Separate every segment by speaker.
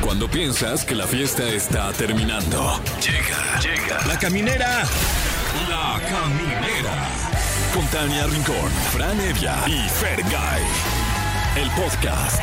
Speaker 1: Cuando piensas que la fiesta está terminando. Llega, llega. La caminera. La caminera. Con Tania Rincón, Fran Evia y Fer El podcast.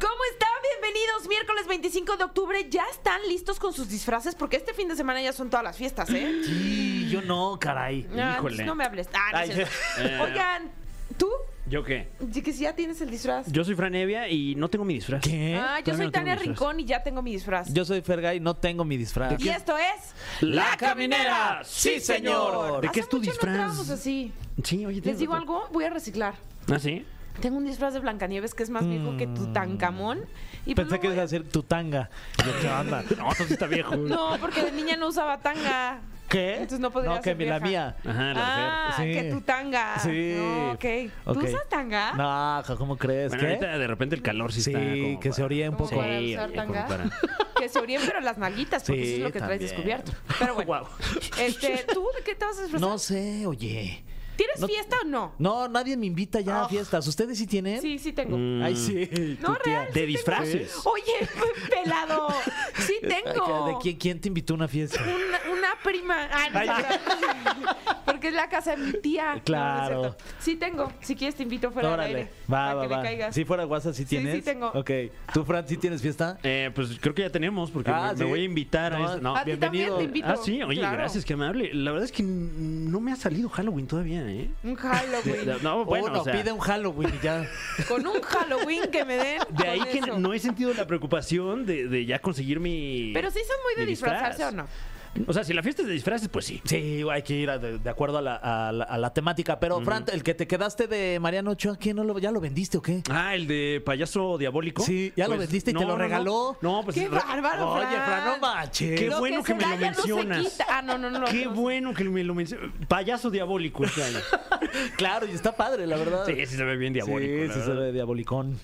Speaker 2: ¿Cómo están? Bienvenidos. Miércoles 25 de octubre. Ya están listos con sus disfraces porque este fin de semana ya son todas las fiestas, ¿eh?
Speaker 3: Sí, yo no, caray.
Speaker 2: Ah,
Speaker 3: Híjole.
Speaker 2: No me hables. Ah, no es
Speaker 3: Ay,
Speaker 2: cierto.
Speaker 3: eh.
Speaker 2: Oigan, ¿tú?
Speaker 3: ¿Yo qué?
Speaker 2: Sí, Que si ya tienes el disfraz.
Speaker 3: Yo soy Franevia y no tengo mi disfraz.
Speaker 4: ¿Qué?
Speaker 2: ah, yo
Speaker 3: Todavía
Speaker 2: soy
Speaker 3: no tengo
Speaker 2: Tania
Speaker 3: mi disfraz.
Speaker 2: Rincón y ya tengo mi disfraz.
Speaker 4: Yo soy Fergay, no tengo mi disfraz.
Speaker 2: y esto es.
Speaker 3: ¡La Caminera! ¡Sí, señor! ¿De
Speaker 2: Hace
Speaker 3: qué es tu
Speaker 2: mucho no
Speaker 3: disfraz?
Speaker 2: entrábamos así.
Speaker 3: sí, oye,
Speaker 2: ¿Les
Speaker 3: tienes
Speaker 2: digo
Speaker 3: razón.
Speaker 2: algo? Voy a reciclar.
Speaker 3: ¿Ah, sí?
Speaker 2: Tengo un disfraz de Blancanieves que es más viejo que
Speaker 3: Mm.
Speaker 2: Tutankamón. Y pues
Speaker 4: Pensé
Speaker 2: no
Speaker 4: que
Speaker 2: voy-
Speaker 4: ibas a decir tu tanga. Yo, ¿qué onda?
Speaker 3: No, eso sí está viejo.
Speaker 2: No, porque de niña no usaba tanga.
Speaker 4: ¿Qué?
Speaker 2: Entonces no podría
Speaker 4: No, que
Speaker 2: ser
Speaker 4: mi- la
Speaker 2: vieja.
Speaker 4: mía.
Speaker 3: Ajá, la
Speaker 2: Ah,
Speaker 4: Fer. Sí.
Speaker 2: que tu tanga.
Speaker 4: Sí.
Speaker 2: No, ok. ¿Tú
Speaker 4: Ok.
Speaker 2: usas tanga?
Speaker 4: No, ¿cómo crees?
Speaker 3: Bueno,
Speaker 4: ¿Qué?
Speaker 3: ahorita de repente el calor sí,
Speaker 4: Sí,
Speaker 3: está
Speaker 4: que
Speaker 3: como para-
Speaker 4: se oríe un
Speaker 2: ¿Cómo
Speaker 4: poco.
Speaker 2: para
Speaker 3: Sí,
Speaker 2: usar
Speaker 3: oye,
Speaker 2: tanga?
Speaker 3: como
Speaker 2: Que se oríen, pero las nalguitas, porque
Speaker 4: Sí,
Speaker 2: eso es lo que traes
Speaker 4: también.
Speaker 2: descubierto. Pero bueno.
Speaker 3: Guau.
Speaker 2: Este, ¿Tú de qué te vas a disfrazar?
Speaker 4: No sé, oye.
Speaker 2: ¿Tienes
Speaker 4: no-
Speaker 2: fiesta o no?
Speaker 4: No, nadie me invita ya
Speaker 2: Ah.
Speaker 4: a fiestas. ¿Ustedes sí tienen?
Speaker 2: Sí, sí tengo.
Speaker 3: Mm.
Speaker 4: Ay, sí.
Speaker 2: No,
Speaker 4: ¿Eh? tu tía.
Speaker 2: real.
Speaker 3: De disfraces.
Speaker 2: Oye, pelado. Sí tengo.
Speaker 4: ¿De quién, quién te invitó a una fiesta?
Speaker 2: Una, una prima. Ah, no,
Speaker 3: Ay.
Speaker 2: porque es la casa de mi tía. No, no es
Speaker 4: Claro.
Speaker 2: cierto. sí tengo. Si quieres te invito fuera del
Speaker 4: Órale.
Speaker 2: aire.
Speaker 4: Va,
Speaker 2: para
Speaker 4: va,
Speaker 2: que me
Speaker 4: va.
Speaker 2: caigas.
Speaker 4: Si fuera WhatsApp, ¿sí
Speaker 2: Sí, sí
Speaker 4: tienes?
Speaker 2: tengo.
Speaker 4: Ok. ¿Tú, Fran, sí tienes fiesta?
Speaker 3: Eh, pues creo que ya tenemos, porque
Speaker 4: Ah,
Speaker 3: me,
Speaker 4: ¿sí?
Speaker 3: me voy a invitar
Speaker 4: No,
Speaker 3: a esto. No.
Speaker 2: a ti también
Speaker 4: bienvenido.
Speaker 2: te invito.
Speaker 3: Ah, sí, oye,
Speaker 2: Claro.
Speaker 3: gracias, qué amable. La verdad es que n- no me ha salido Halloween todavía, ¿eh?
Speaker 2: Un Halloween.
Speaker 3: No, Oh, bueno,
Speaker 4: Uno,
Speaker 3: o sea,
Speaker 4: Oh, pide un Halloween y ya.
Speaker 2: Con un Halloween que me den.
Speaker 3: De ahí
Speaker 2: con
Speaker 3: que
Speaker 2: eso.
Speaker 3: no he sentido la preocupación de, de ya conseguir mi.
Speaker 2: Pero sí son muy de
Speaker 3: mi disfraz.
Speaker 2: disfrazarse o no.
Speaker 3: O sea, si la fiesta es de disfraces, pues sí.
Speaker 4: Sí, hay que ir a- de, de acuerdo a la, a la- a la temática. Pero, Fran, el que te quedaste de Mariano Ochoa, ¿qué? ¿No lo, ¿Ya lo vendiste o qué?
Speaker 3: Ah, el de payaso diabólico. Pues,
Speaker 4: Sí, ya lo vendiste y te lo regaló.
Speaker 3: No, no, pues.
Speaker 2: ¡Qué
Speaker 3: re-
Speaker 2: bárbaro,
Speaker 4: Oye, Fran, no manches.
Speaker 3: Qué
Speaker 2: Lo
Speaker 3: bueno
Speaker 2: se
Speaker 3: que me
Speaker 2: da
Speaker 3: lo
Speaker 2: ya no se
Speaker 3: mencionas.
Speaker 2: quita. ah, no, no, no.
Speaker 3: Qué
Speaker 2: no.
Speaker 3: bueno que me lo mencionó. Payaso diabólico este año.
Speaker 4: Claro, y está padre, la verdad.
Speaker 3: Sí, sí se ve bien diabólico.
Speaker 4: Sí,
Speaker 3: la
Speaker 4: sí se
Speaker 3: verdad.
Speaker 4: ve diabolicón.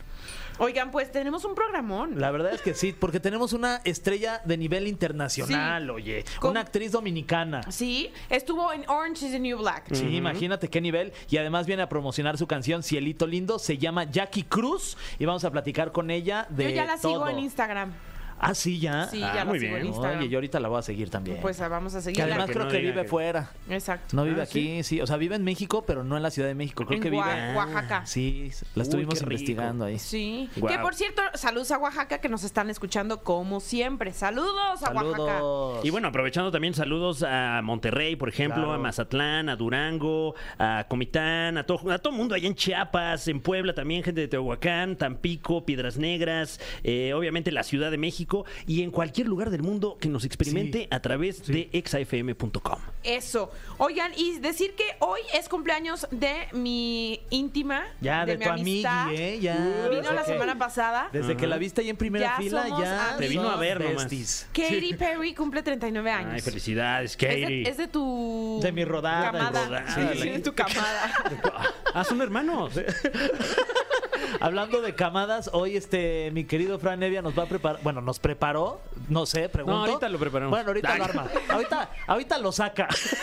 Speaker 2: Oigan, pues tenemos un programón.
Speaker 4: La verdad es que sí, porque tenemos una estrella de nivel internacional,
Speaker 2: Sí.
Speaker 4: oye.
Speaker 2: ¿Cómo?
Speaker 4: Una actriz dominicana.
Speaker 2: Sí, estuvo en Orange is the New Black.
Speaker 4: Sí, imagínate qué nivel. Y además viene a promocionar su canción Cielito Lindo. Se llama Jackie Cruz. Y vamos a platicar con ella de.
Speaker 2: Yo ya la sigo
Speaker 4: todo.
Speaker 2: en Instagram.
Speaker 4: Ah, sí, ya.
Speaker 2: Sí,
Speaker 3: Ah,
Speaker 2: ya la
Speaker 3: muy
Speaker 2: sigo
Speaker 3: bien.
Speaker 2: en Instagram.
Speaker 4: Oye, yo ahorita la voy a seguir también.
Speaker 2: Pues ah, vamos a seguir.
Speaker 4: que además
Speaker 3: que
Speaker 4: creo
Speaker 3: no
Speaker 4: que
Speaker 3: diga
Speaker 4: vive
Speaker 3: que-
Speaker 4: fuera.
Speaker 2: Exacto.
Speaker 4: No vive
Speaker 3: Ah,
Speaker 4: aquí, sí. O sea, vive en México, pero no en la Ciudad de México. Creo
Speaker 2: En
Speaker 4: que
Speaker 2: Oa-
Speaker 4: vive.
Speaker 2: Oaxaca.
Speaker 4: Sí,
Speaker 3: Uy,
Speaker 4: la estuvimos
Speaker 3: qué rico.
Speaker 4: investigando ahí.
Speaker 2: Sí.
Speaker 3: Guau.
Speaker 2: Que por cierto, saludos a Oaxaca que nos están escuchando como siempre. Saludos a Oaxaca.
Speaker 4: Saludos.
Speaker 3: Y bueno, aprovechando también saludos a Monterrey, por ejemplo,
Speaker 4: Claro.
Speaker 3: a Mazatlán, a Durango, a Comitán, a todo, a todo mundo allá en Chiapas, en Puebla también, gente de Tehuacán, Tampico, Piedras Negras, eh, obviamente la Ciudad de México y en cualquier lugar del mundo que nos experimente
Speaker 4: Sí.
Speaker 3: a través de exafm.com.
Speaker 2: Eso. Oigan, y decir que hoy es cumpleaños de mi íntima.
Speaker 4: Ya, de,
Speaker 2: mi
Speaker 4: tu
Speaker 2: amistad. Uh,
Speaker 4: amigui, ¿eh? Ya.
Speaker 2: Vino
Speaker 4: desde
Speaker 2: la
Speaker 4: que-
Speaker 2: semana pasada.
Speaker 4: Desde que la viste ahí en primera
Speaker 2: Ya
Speaker 4: fila,
Speaker 2: somos
Speaker 4: ya.
Speaker 2: amigos. Te
Speaker 3: vino a
Speaker 4: son
Speaker 3: ver nomás.
Speaker 4: besties.
Speaker 2: Katy Perry cumple 39 años.
Speaker 3: Ay, felicidades,
Speaker 2: Es de-
Speaker 3: Katie.
Speaker 2: Es de, tu.
Speaker 4: De Ah, mi rodada.
Speaker 2: Camada.
Speaker 4: Mi rodada.
Speaker 2: Sí,
Speaker 3: Ándale.
Speaker 2: sí, de tu camada.
Speaker 3: Ah, son hermanos.
Speaker 4: Hablando de camadas, hoy este mi querido Fran Evia nos va a preparar, bueno, nos preparó, no sé, pregunto.
Speaker 3: No, ahorita lo preparamos.
Speaker 4: Bueno, ahorita
Speaker 3: Ay.
Speaker 4: lo arma. Ahorita, ahorita lo saca. Este,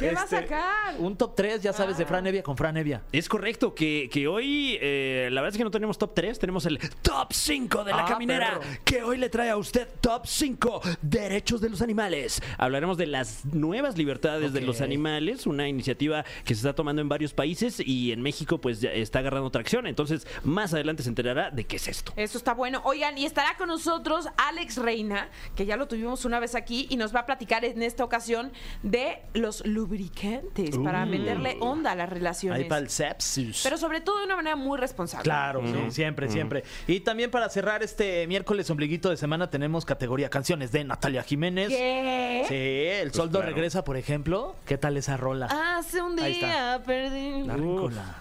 Speaker 2: ¿Qué va a sacar?
Speaker 4: Un top 3, ya sabes, de Fran Evia con Fran Evia.
Speaker 3: Es correcto que, que hoy, eh, la verdad es que no tenemos top 3, tenemos el top 5 de la
Speaker 4: Ah,
Speaker 3: caminera,
Speaker 4: perro.
Speaker 3: que hoy le trae a usted top 5 derechos de los animales. Hablaremos de las nuevas libertades de
Speaker 4: Ok.
Speaker 3: los animales, una iniciativa que se está tomando en varios países y en México pues ya está agarrando tracción. Entonces, más adelante se enterará de qué es esto.
Speaker 2: Eso está bueno. Oigan, y estará con nosotros Alex Reina, que ya lo tuvimos una vez aquí y nos va a platicar en esta ocasión de los lubricantes para meterle onda a las relaciones.
Speaker 4: Uh. Ahí para el sepsis.
Speaker 2: Pero sobre todo de una manera muy responsable.
Speaker 4: Claro, sí, siempre, siempre. Y también para cerrar este miércoles ombliguito de semana tenemos categoría canciones de Natalia Jiménez.
Speaker 2: ¿Qué?
Speaker 4: Sí, El Soldo
Speaker 3: claro.
Speaker 4: Regresa, por ejemplo. ¿Qué tal esa rola?
Speaker 2: Hace un
Speaker 4: Ahí
Speaker 2: día
Speaker 4: está.
Speaker 2: perdí.
Speaker 4: La rincola.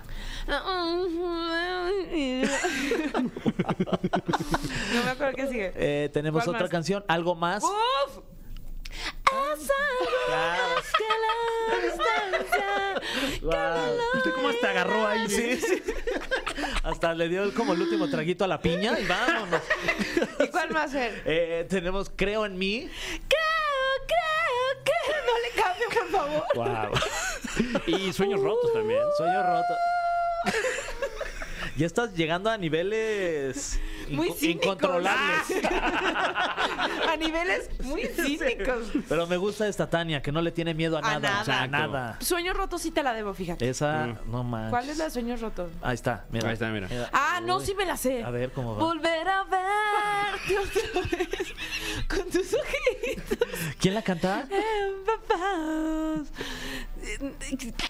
Speaker 2: No me acuerdo qué sigue.
Speaker 4: Eh, tenemos
Speaker 2: ¿Cuál
Speaker 4: otra
Speaker 2: más?
Speaker 4: canción, algo más.
Speaker 2: ¡Uf! Haz
Speaker 4: Claro.
Speaker 2: algunas que la distancia
Speaker 4: Guau.
Speaker 3: ¿Usted cómo hasta agarró ahí?
Speaker 4: Sí, sí. Hasta le dio el- como el último traguito a la piña y vámonos.
Speaker 2: ¿Y cuál más, Fer?
Speaker 4: Eh, tenemos Creo en mí.
Speaker 2: Creo, creo, creo. No le cambio, por favor.
Speaker 3: Y sueños rotos también.
Speaker 4: Sueño roto. Ya estás llegando a niveles
Speaker 2: Muy
Speaker 4: inco-
Speaker 2: cínicos.
Speaker 4: incontrolables.
Speaker 2: A niveles muy cínicos.
Speaker 4: Pero me gusta esta Tania, que no le tiene miedo a,
Speaker 2: A
Speaker 4: nada.
Speaker 2: nada.
Speaker 4: A nada.
Speaker 2: Sueños rotos sí te la debo, fíjate.
Speaker 4: Esa, no Eh, manches.
Speaker 2: ¿Cuál es la de sueños rotos?
Speaker 4: Ahí está, mira.
Speaker 3: Mm. Ahí está, mira.
Speaker 2: Ah, no,
Speaker 4: Uy.
Speaker 2: sí me la sé.
Speaker 4: A ver, ¿cómo va?
Speaker 2: Volver a verte otra vez con tus ojitos
Speaker 4: ¿Quién la canta?
Speaker 2: empapados.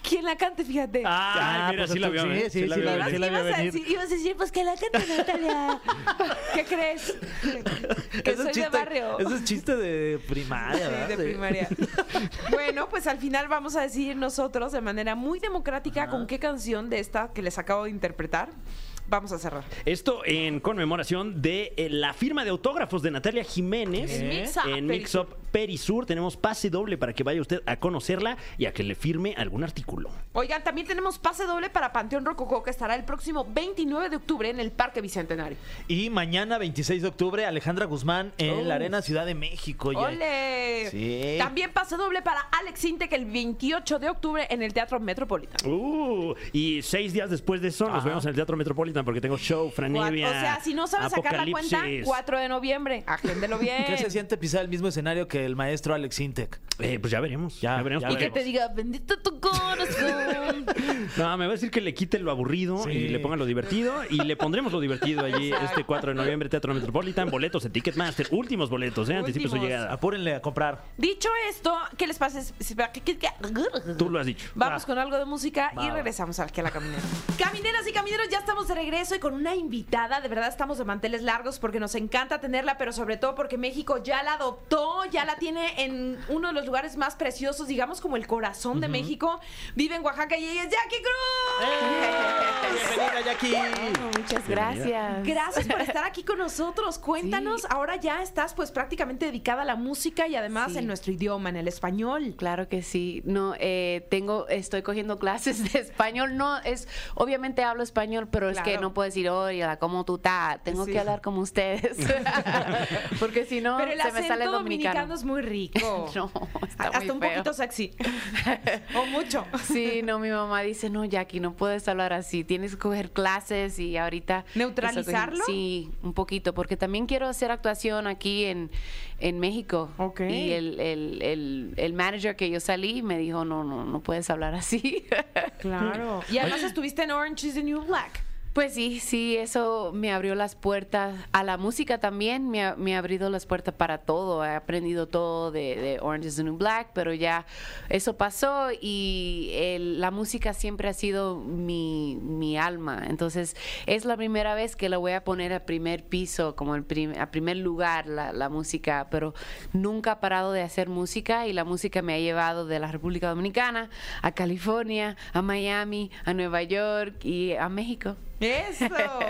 Speaker 2: ¿Quién la cante? Fíjate.
Speaker 3: Ah, mira, sí la vio,
Speaker 4: Sí,
Speaker 3: ¿eh?
Speaker 4: sí,
Speaker 3: Sí la
Speaker 4: sí
Speaker 3: vio
Speaker 4: la-
Speaker 3: venir.
Speaker 4: sí la vio
Speaker 2: ibas, a
Speaker 4: venir.
Speaker 2: decir, ibas a decir, pues que la cante Natalia. ¿Qué crees? Que
Speaker 4: Ese
Speaker 2: soy de barrio.
Speaker 4: Ese es chiste Ah, de
Speaker 2: Sí,
Speaker 4: primaria, ¿verdad?
Speaker 2: de primaria. bueno, pues al final vamos a decidir nosotros de manera muy democrática con qué canción de esta que les acabo de interpretar vamos a cerrar.
Speaker 3: Esto en conmemoración de eh, la firma de autógrafos de Natalia Jiménez
Speaker 2: En Mix Up,
Speaker 3: en Mix Up Perisur. Tenemos pase doble para que vaya usted a conocerla y a que le firme algún artículo.
Speaker 2: Oigan, también tenemos pase doble para Panteón Rococó que estará el próximo 29 de octubre en el Parque Bicentenario.
Speaker 4: Y mañana, 26 de octubre, Alejandra Guzmán en
Speaker 2: Oh.
Speaker 4: la Arena Ciudad de México. ya.
Speaker 2: ¡Ole!
Speaker 4: Sí.
Speaker 2: También pase doble para Alex Inte que el 28 de octubre en el Teatro Metropolitano.
Speaker 3: Uh, y seis días después de eso nos
Speaker 4: Ajá.
Speaker 3: vemos en el Teatro Metropolitan porque tengo show,
Speaker 2: Cuat-
Speaker 3: Franevia.
Speaker 2: O sea, si no sabes sacar la cuenta,
Speaker 3: Apocalipsis.
Speaker 2: 4 de noviembre. Agéndelo bien.
Speaker 4: ¿Qué se siente pisar el mismo escenario que el maestro Alex Intec?
Speaker 3: Eh, pues ya veremos.
Speaker 4: Ya,
Speaker 3: Ya, veremos.
Speaker 4: ya
Speaker 2: y
Speaker 3: porque-
Speaker 2: que te diga, bendito tu corazón.
Speaker 3: No, me va a decir que le quite lo aburrido
Speaker 4: Sí.
Speaker 3: y le ponga lo divertido y le pondremos lo divertido allí este 4 de noviembre, Teatro Metropolitan, boletos en Ticketmaster, últimos boletos, ¿eh? anticipe su
Speaker 2: Últimos.
Speaker 3: llegada.
Speaker 4: Apúrenle a comprar.
Speaker 2: Dicho esto, ¿qué les pasa? ¿Qué- qué- qué-
Speaker 3: Tú lo has dicho.
Speaker 2: Vamos con algo de música y
Speaker 4: Va.
Speaker 2: regresamos aquí a la caminera. Camineras y camineros, ya estamos de regreso y con una invitada. De verdad, estamos de manteles largos porque nos encanta tenerla, pero sobre todo porque México ya la adoptó, ya la tiene en uno de los lugares más preciosos, digamos como el corazón de México. Vive en Oaxaca y ella es Jackie
Speaker 3: Eh.
Speaker 2: Cruz.
Speaker 4: Bienvenida, Jackie.
Speaker 3: Bienvenida.
Speaker 5: Muchas gracias.
Speaker 2: Gracias por estar aquí con nosotros. Cuéntanos,
Speaker 5: Sí.
Speaker 2: ahora ya estás pues prácticamente dedicada a la música y además
Speaker 5: Sí.
Speaker 2: en nuestro idioma, en el español.
Speaker 5: Claro que sí. No, eh, tengo, estoy cogiendo clases de español. No, es, obviamente hablo español, pero es que
Speaker 2: Claro.
Speaker 5: no puedo decir, oye, como tú estás. Tengo
Speaker 2: Sí.
Speaker 5: que hablar como ustedes. Porque si no,
Speaker 2: Pero el
Speaker 5: se me
Speaker 2: acento
Speaker 5: sale el
Speaker 2: dominicano
Speaker 5: dominicano.
Speaker 2: es muy rico.
Speaker 5: No, está
Speaker 2: Hasta
Speaker 5: muy
Speaker 2: un
Speaker 5: feo.
Speaker 2: poquito sexy. o mucho.
Speaker 5: Sí, no, mi mamá dice, no, Jackie, no puedes hablar así, tienes que coger clases y ahorita...
Speaker 2: ¿Neutralizarlo?
Speaker 5: Sí, un poquito, porque también quiero hacer actuación aquí en, en México.
Speaker 2: Ok.
Speaker 5: Y el, el- el- el manager que yo salí me dijo, no, no, no puedes hablar así.
Speaker 2: Claro. Y además estuviste en Orange is the New Black.
Speaker 5: Pues sí, sí, eso me abrió las puertas a la música también, me ha, me ha abierto las puertas para todo, he aprendido todo de, de Orange is the New Black, pero ya eso pasó y el- la música siempre ha sido mi, mi alma, entonces es la primera vez que la voy a poner a primer piso, como el prim- a primer lugar la, la música, pero nunca he parado de hacer música y la música me ha llevado de la República Dominicana a California, a Miami, a Nueva York y a México.
Speaker 2: Eso.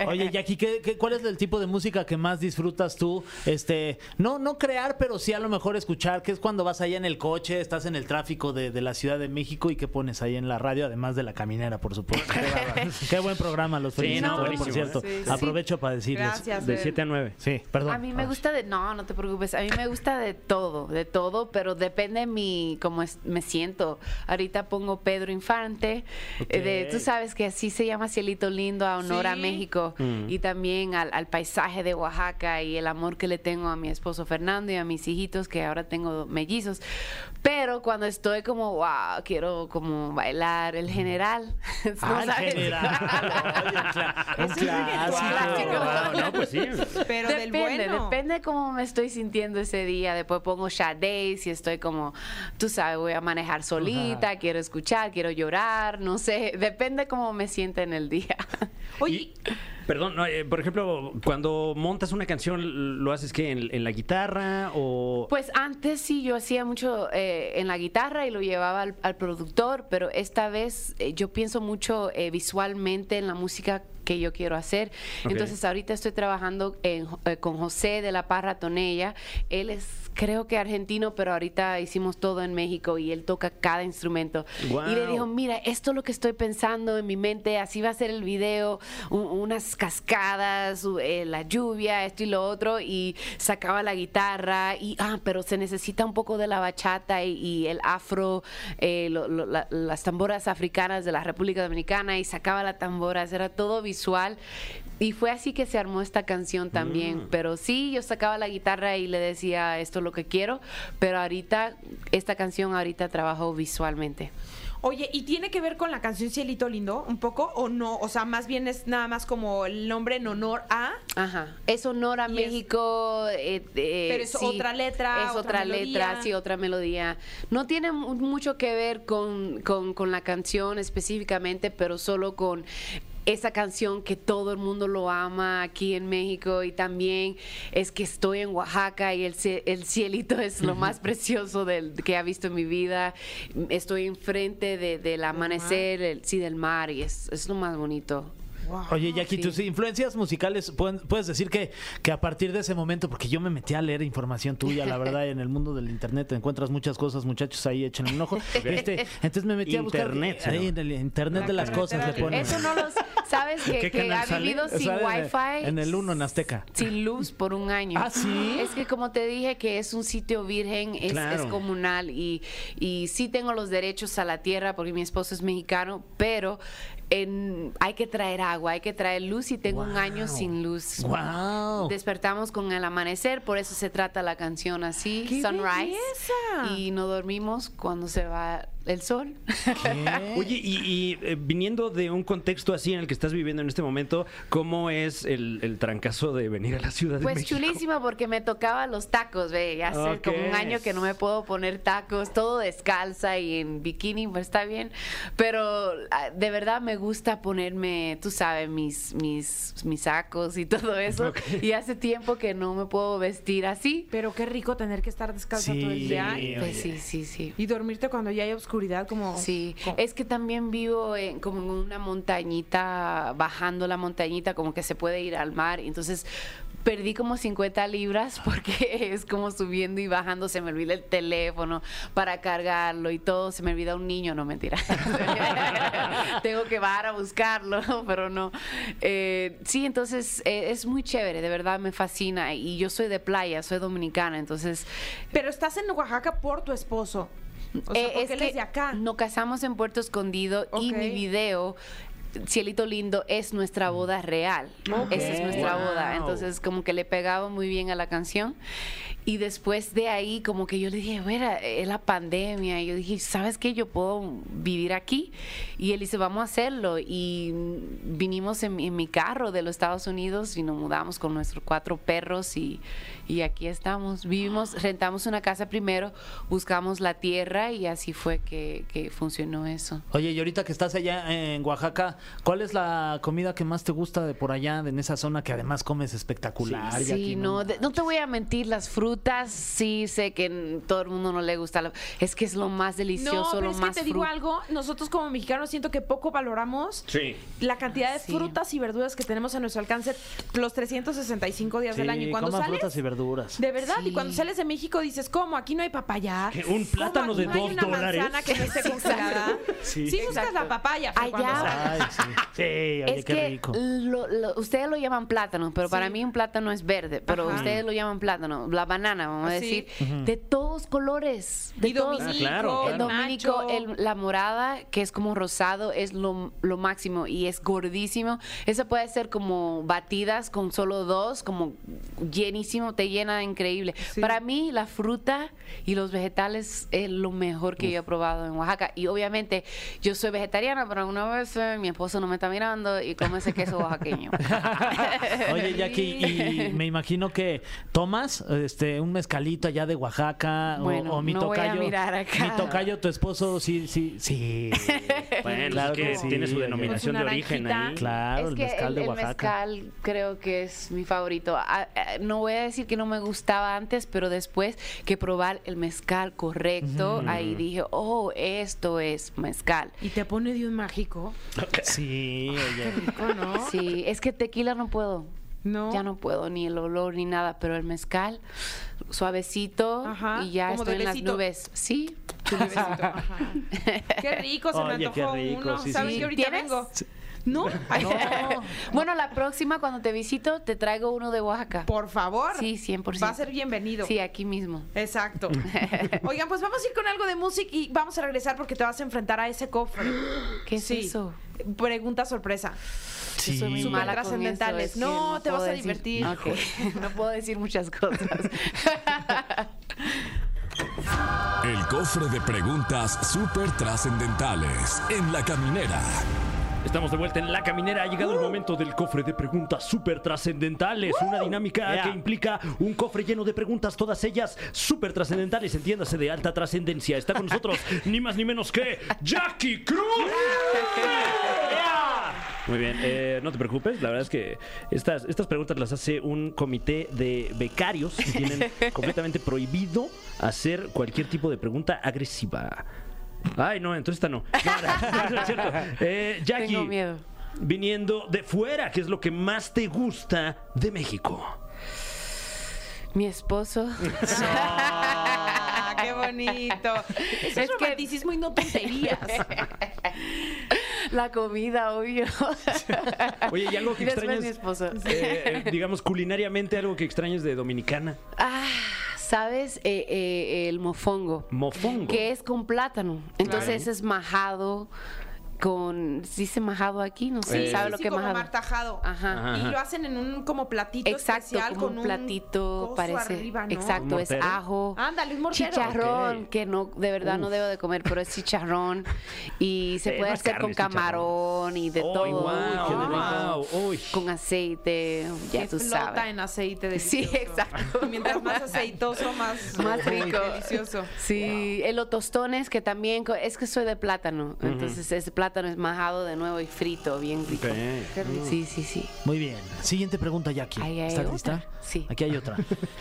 Speaker 4: Oye, Jackie, ¿qué, qué, cuál es el tipo de música que más disfrutas tú? Este, no, no crear, pero sí a lo mejor escuchar, que es cuando vas allá en el coche, estás en el tráfico de, de la Ciudad de México y qué pones ahí en la radio, además de la caminera, por supuesto. Qué, bárbaro. Qué buen programa, los
Speaker 3: Sí, no,
Speaker 4: felicito, eh, por
Speaker 3: buenísimo,
Speaker 4: cierto.
Speaker 5: ¿eh? Sí, sí.
Speaker 4: Aprovecho para decirles.
Speaker 2: Gracias.
Speaker 3: De
Speaker 2: Bel.
Speaker 3: 7 a 9.
Speaker 4: Sí, perdón.
Speaker 5: A mí me gusta de, no, no te preocupes, a mí me gusta de todo, de todo, pero depende mi, cómo es- me siento. Ahorita pongo Pedro Infante, eh, de, tú
Speaker 4: Ok.
Speaker 5: sabes que así se llama Cielito Lindo a honor a
Speaker 2: Sí.
Speaker 5: México
Speaker 4: Mm.
Speaker 5: y también al, al paisaje de Oaxaca y el amor que le tengo a mi esposo Fernando y a mis hijitos que ahora tengo mellizos. Pero cuando estoy como, wow, quiero como bailar el general. ¿no
Speaker 4: Mm. Ah, el
Speaker 5: sabes?
Speaker 4: general. Oye, un cla- un
Speaker 2: Es un
Speaker 4: clásico.
Speaker 5: ritual.
Speaker 3: Ah, no, pues sí.
Speaker 2: Pero del
Speaker 5: depende,
Speaker 2: bueno.
Speaker 5: depende cómo me estoy sintiendo ese día. Después pongo Sade, si estoy como, tú sabes, voy a manejar solita, quiero escuchar, quiero llorar, no sé. Depende cómo me sienta en el día.
Speaker 2: Oye,
Speaker 3: Perdón, no, eh, por ejemplo, cuando montas una canción, ¿lo haces qué? ¿En, en la guitarra o...?
Speaker 5: Pues antes sí, yo hacía mucho eh, en la guitarra y lo llevaba al, al productor, pero esta vez eh, yo pienso mucho eh, visualmente en la música que yo quiero hacer.
Speaker 3: Ok.
Speaker 5: Entonces ahorita estoy trabajando en- eh, con José de la Parra Tonella. Él es creo que argentino, pero ahorita hicimos todo en México y él toca cada instrumento. Y le
Speaker 3: Guau.
Speaker 5: dijo, mira, esto es lo que estoy pensando en mi mente, así va a ser el video, u- unas cascadas, u- eh, la lluvia, esto y lo otro, y sacaba la guitarra, y, ah, pero se necesita un poco de la bachata y, y el afro, eh, lo- lo- la- las tamboras africanas de la República Dominicana, y sacaba las tamboras, era todo visual. Y fue así que se armó esta canción también. Pero sí, yo sacaba la guitarra y le decía, esto es lo que quiero, pero ahorita, esta canción ahorita trabajo visualmente.
Speaker 2: Oye, ¿y tiene que ver con la canción Cielito Lindo un poco o no? O sea, más bien es nada más como el nombre en honor a...
Speaker 5: Ajá. Es honor a
Speaker 2: Y es-
Speaker 5: México. eh, eh,
Speaker 2: Pero es otra letra,
Speaker 5: Es
Speaker 2: otra
Speaker 5: otra, letra,
Speaker 2: melodía.
Speaker 5: sí, otra melodía. No tiene mu- mucho que ver con, con- con la canción específicamente, pero solo con esa canción que todo el mundo lo ama aquí en México y también es que estoy en Oaxaca y el, cie- el cielito es lo más precioso del, que ha visto en mi vida. Estoy enfrente de- del amanecer, el- sí, del mar y es, es lo más bonito.
Speaker 4: Oye, Jackie,
Speaker 5: Ah, sí.
Speaker 4: tus influencias musicales, pueden- puedes decir que, que a partir de ese momento, porque yo me metí a leer información tuya, la verdad, en el mundo del internet encuentras muchas cosas, muchachos, ahí échenle un ojo. Este, entonces me metí a buscar eh,
Speaker 3: Internet, señor.
Speaker 4: ahí en el internet de las cosas le ponen.
Speaker 5: Eso no los sabes que,
Speaker 3: ¿Qué
Speaker 5: que
Speaker 3: canal
Speaker 5: ha
Speaker 3: sale?
Speaker 5: vivido sin
Speaker 4: Sale en el-
Speaker 5: wifi
Speaker 4: En el 1 en Azteca.
Speaker 5: sin luz por un año.
Speaker 4: ¿Ah, sí?
Speaker 5: Es que como te dije que es un sitio virgen, es,
Speaker 3: Claro.
Speaker 5: es comunal y, y sí tengo los derechos a la tierra porque mi esposo es mexicano, pero en- hay que traer agua, hay que traer luz y tengo un año sin luz.
Speaker 4: ¡Wow!
Speaker 5: Despertamos con el amanecer, por eso se trata la canción así,
Speaker 2: ¡Qué
Speaker 5: Sunrise.
Speaker 2: belleza!
Speaker 5: Y no dormimos cuando se va el sol.
Speaker 3: Oye, y, y, eh, viniendo de un contexto así en el que estás viviendo en este momento, ¿cómo es el, el trancazo de venir a la ciudad
Speaker 5: Pues
Speaker 3: de México?
Speaker 5: chulísimo porque me tocaba los tacos, ve, ya hace
Speaker 3: Ok.
Speaker 5: como un año que no me puedo poner tacos, todo descalza y en bikini, pues está bien, pero ah, de verdad me gusta ponerme, tú sabes, mis mis mis sacos y todo eso y hace tiempo que no me puedo vestir así.
Speaker 2: Pero qué rico tener que estar descalza todo el
Speaker 4: Sí.
Speaker 2: día
Speaker 4: Sí.
Speaker 2: y,
Speaker 5: Pues
Speaker 4: oye.
Speaker 5: sí, sí, sí.
Speaker 2: y dormirte cuando ya hay oscuridad como...
Speaker 5: Sí,
Speaker 2: como-
Speaker 5: es que también vivo en, como en una montañita, bajando la montañita, como que se puede ir al mar. Entonces perdí como 50 libras porque es como subiendo y bajando, se me olvida el teléfono para cargarlo y todo, se me olvida un niño, no mentira. Tengo que bajar a buscarlo, pero no. Eh, sí, entonces eh, es muy chévere, de verdad me fascina. Y yo soy de playa, soy dominicana, entonces
Speaker 2: Pero estás en Oaxaca por tu esposo. O sea,
Speaker 5: eh,
Speaker 2: porque
Speaker 5: es
Speaker 2: él
Speaker 5: que
Speaker 2: es de acá.
Speaker 5: Nos casamos en Puerto Escondido y
Speaker 2: Ok.
Speaker 5: mi video. Cielito Lindo es nuestra boda real. Esa es nuestra
Speaker 3: Wow.
Speaker 5: boda. Entonces, como que le pegaba muy bien a la canción. Y después de ahí, como que yo le dije, mira, es la pandemia. Y yo dije, ¿sabes qué? Yo puedo vivir aquí. Y él dice, vamos a hacerlo. Y mm, vinimos en, mi- en mi carro de los Estados Unidos y nos mudamos con nuestros cuatro perros. Y, y aquí estamos. Vivimos, rentamos una casa primero, buscamos la tierra y así fue que- que funcionó eso.
Speaker 4: Oye, y ahorita que estás allá en Oaxaca, ¿cuál es la comida que más te gusta de por allá, de en esa zona que además comes espectacular?
Speaker 5: Sí,
Speaker 4: Jackie,
Speaker 5: no, de- no te voy a mentir, las frutas sí sé que n- todo el mundo no le gusta. la- es que es lo más delicioso,
Speaker 2: no, pero
Speaker 5: lo
Speaker 2: es que
Speaker 5: más
Speaker 2: te digo
Speaker 5: fru-
Speaker 2: algo, nosotros como mexicanos siento que poco valoramos
Speaker 3: Sí.
Speaker 2: la cantidad de
Speaker 5: Sí.
Speaker 2: frutas y verduras que tenemos a nuestro alcance los 365 días
Speaker 4: Sí,
Speaker 2: del año. Y cuando
Speaker 4: coman
Speaker 2: sales,
Speaker 4: frutas y verduras.
Speaker 2: de verdad, y
Speaker 5: Sí.
Speaker 2: cuando sales de México dices, ¿cómo? Aquí no hay papaya.
Speaker 3: ¿Qué, un
Speaker 2: ¿Cómo
Speaker 3: plátano
Speaker 2: aquí
Speaker 3: de
Speaker 2: no hay
Speaker 3: dos
Speaker 2: una
Speaker 3: dólares?
Speaker 2: manzana que no esté congelada.
Speaker 3: Sí. Ah,
Speaker 2: Sí, buscas la papaya. pero cuando
Speaker 5: Allá-
Speaker 2: sales-
Speaker 4: Ay, sí. Sí, oye,
Speaker 5: Es
Speaker 4: qué
Speaker 5: que
Speaker 4: rico.
Speaker 5: lo- lo- ustedes lo llaman plátano, pero para mí un plátano es verde, pero
Speaker 2: Ajá. Ah,
Speaker 5: ustedes lo llaman plátano, la banana, vamos a
Speaker 2: Sí.
Speaker 5: decir, de todos colores, de
Speaker 2: y
Speaker 5: todos.
Speaker 2: Dominico,
Speaker 3: Ah, claro,
Speaker 5: El
Speaker 3: claro.
Speaker 5: dominico,
Speaker 2: Nacho.
Speaker 5: el- la morada, que es como rosado, es lo, lo máximo y es gordísimo. Eso puede ser como batidas con solo dos, como llenísimo, te llena increíble.
Speaker 2: Sí.
Speaker 5: Para mí, la fruta y los vegetales es lo mejor que yo he probado en Oaxaca. Y obviamente, yo soy vegetariana, pero una vez eh, mi esposo no me está mirando y come ese queso oaxaqueño.
Speaker 4: Oye, Jackie, y me imagino que tomas este un mezcalito allá de Oaxaca o-
Speaker 5: Bueno,
Speaker 4: o, mi
Speaker 5: no voy a
Speaker 4: tocayo.
Speaker 5: mirar acá.
Speaker 4: Mi tocayo, tu esposo, sí, sí, sí.
Speaker 3: Bueno,
Speaker 4: Claro
Speaker 3: es que,
Speaker 4: que sí,
Speaker 3: tiene su
Speaker 4: oye.
Speaker 3: denominación de
Speaker 2: Con su
Speaker 3: origen ahí.
Speaker 2: naranjita.
Speaker 4: Claro,
Speaker 5: es
Speaker 4: el
Speaker 5: que
Speaker 4: mezcal de
Speaker 5: el
Speaker 4: Oaxaca.
Speaker 5: mezcal creo que es mi favorito. Ah, ah, No voy a decir que no me gustaba antes, pero después que probar el mezcal correcto, ahí dije, oh, esto es mezcal.
Speaker 2: Y te pone de un mágico.
Speaker 4: Sí, oye.
Speaker 2: rico, ¿no?
Speaker 5: Sí, es que tequila no puedo.
Speaker 2: No.
Speaker 5: Ya no puedo, ni el olor, ni nada, pero el mezcal, suavecito
Speaker 2: Ajá,
Speaker 5: y ya
Speaker 2: como de
Speaker 5: estoy en las
Speaker 2: besito.
Speaker 5: nubes. Sí.
Speaker 2: Tu bebecito. Ajá. Qué rico, se me
Speaker 3: Oye, qué
Speaker 2: antojó
Speaker 3: rico,
Speaker 2: uno.
Speaker 3: sí,
Speaker 2: ¿Sabes
Speaker 3: sí.
Speaker 2: que ahorita
Speaker 5: ¿Tienes?
Speaker 2: vengo? ¿No? Ay,
Speaker 5: bueno, la próxima cuando te visito te traigo uno de Oaxaca.
Speaker 2: Por favor.
Speaker 5: Sí, 100%.
Speaker 2: Va a ser bienvenido.
Speaker 5: Sí, aquí mismo.
Speaker 2: Exacto. Oigan, pues vamos a ir con algo de música y vamos a regresar porque te vas a enfrentar a ese cofre.
Speaker 5: ¿Qué es eso?
Speaker 2: Pregunta sorpresa.
Speaker 5: Yo soy muy
Speaker 2: Súper
Speaker 5: mala con
Speaker 2: trascendentales.
Speaker 5: eso, es que
Speaker 2: No, te vas
Speaker 5: puedo
Speaker 2: a divertir.
Speaker 5: Ok. no puedo decir muchas cosas.
Speaker 1: El cofre de preguntas súper trascendentales en la caminera.
Speaker 3: Estamos de vuelta en La Caminera. Ha llegado el momento del cofre de preguntas súper trascendentales. Una dinámica
Speaker 4: Yeah.
Speaker 3: que implica un cofre lleno de preguntas, todas ellas súper trascendentales. Entiéndase de alta trascendencia. Está con nosotros ni más ni menos que Jackie Cruz. Yeah. Muy bien, eh, no te preocupes, la verdad es que estas, estas preguntas las hace un comité de becarios que tienen completamente prohibido hacer cualquier tipo de pregunta agresiva. Ay, no, entonces esta no. No, no, no, es cierto. Eh, Jackie,
Speaker 5: Tengo miedo.
Speaker 3: viniendo de fuera, ¿qué es lo que más te gusta de México?
Speaker 5: Mi esposo.
Speaker 2: Ah, qué bonito. Eso es
Speaker 5: Es que-
Speaker 2: romanticismo y no tonterías.
Speaker 5: La comida, obvio.
Speaker 3: Oye, ¿y algo que
Speaker 5: Y después
Speaker 3: extrañas?
Speaker 5: mi esposo.
Speaker 3: eh, eh, digamos, culinariamente, algo que extrañas de Dominicana.
Speaker 5: Ah, ¿sabes? Eh, eh, el mofongo.
Speaker 3: Mofongo.
Speaker 5: Que es con plátano. Entonces
Speaker 3: Claro.
Speaker 5: es majado con. ¿se ¿Dice majado aquí? No sé.
Speaker 3: Sí,
Speaker 5: ¿Sabe
Speaker 2: sí,
Speaker 5: lo
Speaker 2: sí,
Speaker 5: que es
Speaker 2: como
Speaker 5: majado?
Speaker 2: martajado.
Speaker 5: Ajá.
Speaker 3: Ajá.
Speaker 2: Y lo hacen en un como platito
Speaker 5: Exacto,
Speaker 2: especial
Speaker 5: como
Speaker 2: con
Speaker 5: un platito
Speaker 2: coso
Speaker 5: parece.
Speaker 2: arriba, ¿no?
Speaker 3: Un
Speaker 5: Exacto, es
Speaker 3: mortero.
Speaker 5: ajo.
Speaker 2: Ándale, un mortero.
Speaker 5: Chicharrón,
Speaker 3: Ok.
Speaker 5: que no, de verdad no
Speaker 3: Uf.
Speaker 5: debo de comer, pero es chicharrón. Y se
Speaker 3: Sí,
Speaker 5: puede
Speaker 3: no es
Speaker 5: hacer
Speaker 3: carne,
Speaker 5: con
Speaker 3: es chicharrón.
Speaker 5: camarón y de
Speaker 3: Uy,
Speaker 5: todo.
Speaker 3: guau,
Speaker 5: Qué
Speaker 3: guau,
Speaker 5: rico.
Speaker 3: uy.
Speaker 5: Con aceite, ya
Speaker 2: que
Speaker 5: tú
Speaker 2: flota
Speaker 5: sabes.
Speaker 2: en aceite
Speaker 5: Sí,
Speaker 2: delicioso.
Speaker 5: exacto.
Speaker 2: Mientras más aceitoso, más, este,
Speaker 5: Más rico.
Speaker 2: Delicioso.
Speaker 5: Sí, el los tostones que también, co- es que soy de plátano, entonces ese plátano es majado de nuevo y frito, bien rico.
Speaker 3: Ok.
Speaker 5: Sí, sí, sí.
Speaker 4: Muy bien. Siguiente pregunta, Jackie.
Speaker 5: Ahí hay
Speaker 4: ¿Estás
Speaker 5: otra.
Speaker 4: lista?
Speaker 5: Sí.
Speaker 4: Aquí hay otra.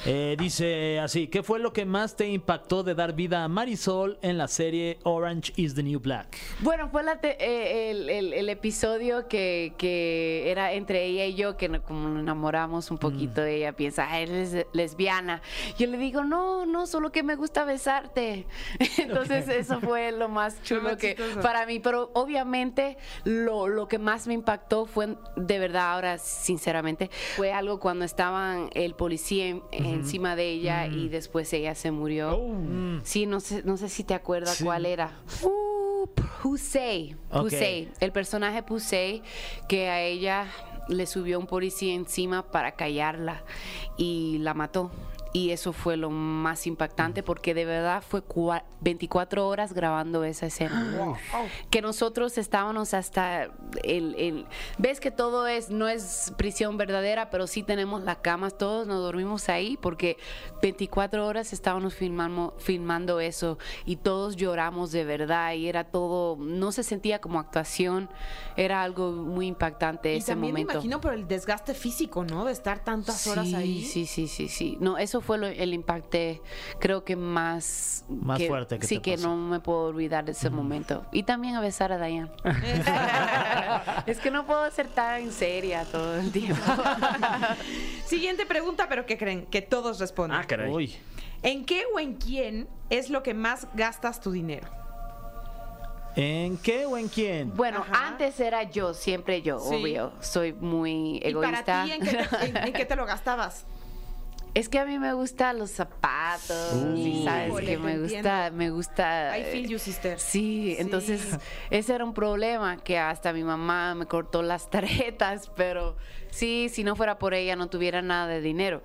Speaker 4: Eh, dice así: ¿Qué fue lo que más te impactó de dar vida a Marisol en la serie Orange is the New Black?
Speaker 5: Bueno, fue la te- eh, el, el- el episodio que, que era entre ella y yo, que no- como nos enamoramos un poquito, ella piensa, "Ah, eres les- lesbiana. Yo le digo, no, no, solo que me gusta besarte. Entonces eso fue
Speaker 2: Lo
Speaker 5: lo más
Speaker 2: más
Speaker 5: chulo que
Speaker 2: chistoso.
Speaker 5: para mí, pero obviamente lo, lo que más me impactó fue, de verdad, ahora sinceramente, fue algo cuando estaban el policía en- encima de ella y después ella se murió. Sí, no sé, no sé si te acuerdas cuál era. Uh, Pusey.
Speaker 4: Ok.
Speaker 5: Pusey. El personaje Pusey que a ella le subió un policía encima para callarla y la mató. Y eso fue lo más impactante porque de verdad fue cua- 24 horas grabando esa escena. Que nosotros estábamos hasta el, el- Ves que todo es, no es prisión verdadera, pero sí tenemos las camas, todos nos dormimos ahí porque 24 horas estábamos filmando, filmando eso y todos lloramos de verdad y era todo, no se sentía como actuación, era algo muy impactante
Speaker 2: Y
Speaker 5: ese
Speaker 2: también
Speaker 5: momento.
Speaker 2: me imagino por el desgaste físico, ¿no? De estar tantas horas
Speaker 5: sí,
Speaker 2: ahí.
Speaker 5: Sí, sí, sí, sí. No, eso fue lo- el impacto, creo que más...
Speaker 4: Más fuerte que
Speaker 5: Sí,
Speaker 4: te
Speaker 5: que
Speaker 4: pasó.
Speaker 5: no me puedo olvidar de ese momento. Y también a besar a Diane. es que no puedo ser tan seria todo el tiempo.
Speaker 2: Siguiente pregunta, pero ¿qué creen? Que todos responden.
Speaker 3: Ah, caray.
Speaker 4: Uy.
Speaker 2: ¿En qué o en quién es lo que más gastas tu dinero?
Speaker 4: ¿En qué o en quién?
Speaker 5: Bueno,
Speaker 2: Ajá.
Speaker 5: antes era yo, siempre yo,
Speaker 2: Sí.
Speaker 5: obvio. Soy muy egoísta.
Speaker 2: ¿Y para ti en qué te, en- en qué te lo gastabas?
Speaker 5: Es que a mí me gustan los zapatos, y sabes
Speaker 2: Híjole,
Speaker 5: que
Speaker 2: te
Speaker 5: me gusta,
Speaker 2: entiendo.
Speaker 5: me gusta.
Speaker 2: I feel you, sister. Sí.
Speaker 5: Sí, entonces ese era un problema que hasta mi mamá me cortó las tarjetas, pero sí, si no fuera por ella no tuviera nada de dinero.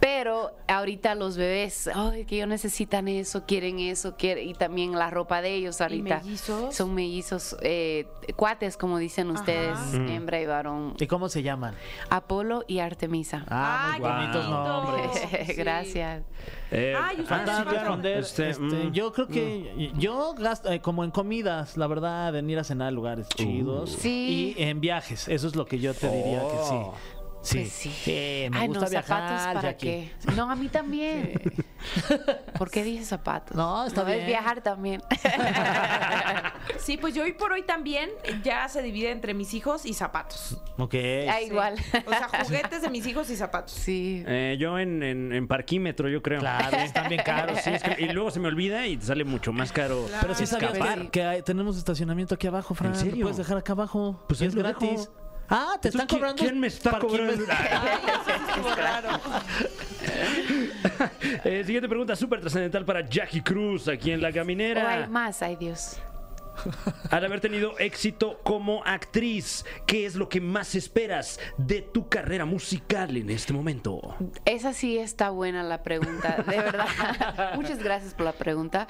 Speaker 5: Pero ahorita los bebés, ay, que ellos necesitan eso, quieren eso, quieren, y también la ropa de ellos ahorita.
Speaker 2: mellizos?
Speaker 5: Son mellizos, eh, cuates, como dicen ustedes, hembra y varón.
Speaker 4: Mm. ¿Y cómo se llaman?
Speaker 5: Apolo y Artemisa.
Speaker 4: Ah, muy
Speaker 2: ¡Ay, qué
Speaker 4: bonitos
Speaker 2: bonito!
Speaker 4: nombres.
Speaker 2: Sí.
Speaker 5: Gracias.
Speaker 3: Eh,
Speaker 2: Ay, ustedes
Speaker 3: ah,
Speaker 4: Ah,
Speaker 2: sí
Speaker 4: sí,
Speaker 2: van a
Speaker 4: claro.
Speaker 2: responder.
Speaker 4: Este,
Speaker 3: Este,
Speaker 4: mm,
Speaker 3: mm.
Speaker 4: yo creo que yo gasto eh, como en comidas, la
Speaker 3: Uh.
Speaker 4: verdad, en ir a cenar a lugares chidos
Speaker 5: Sí.
Speaker 3: Oh.
Speaker 4: y en viajes, eso es lo que yo te diría que sí. Sí.
Speaker 5: Pues sí.
Speaker 4: Eh, me
Speaker 5: Ay,
Speaker 4: gusta
Speaker 5: no,
Speaker 4: viajar,
Speaker 5: zapatos para
Speaker 4: Jackie.
Speaker 5: qué. No, a mí también. ¿Por qué dije zapatos?
Speaker 4: No, está
Speaker 5: es
Speaker 4: bien.
Speaker 5: viajar también.
Speaker 2: Sí, pues yo hoy por hoy también ya se divide entre mis hijos y zapatos.
Speaker 4: Ok.
Speaker 5: Ah, igual.
Speaker 2: O sea, juguetes de mis hijos y zapatos.
Speaker 5: Sí.
Speaker 3: Eh, yo en, en- en parquímetro, yo creo.
Speaker 4: Claro, están bien caros.
Speaker 3: Sí, es que- y luego se me olvida y te sale mucho más caro.
Speaker 4: Pero sí sabías
Speaker 3: escapar.
Speaker 4: que, que hay- tenemos estacionamiento aquí abajo, Fran.
Speaker 3: ¿En
Speaker 4: ¿Lo
Speaker 3: serio?
Speaker 4: puedes dejar acá abajo.
Speaker 3: Pues ahí
Speaker 4: es
Speaker 3: lo dejo.
Speaker 4: gratis. Ah, te están
Speaker 3: ¿Quién-
Speaker 4: cobrando.
Speaker 3: ¿Quién me está
Speaker 4: parquímetro?
Speaker 3: cobrando? Eh, siguiente pregunta, súper trascendental para Jackie Cruz, aquí en La
Speaker 5: O hay
Speaker 3: Caminera.
Speaker 5: más, ay Dios.
Speaker 3: Al haber tenido éxito como actriz, ¿qué es lo que más esperas de tu carrera musical en este momento?
Speaker 5: Esa sí está buena la pregunta, de verdad. Muchas gracias por la pregunta.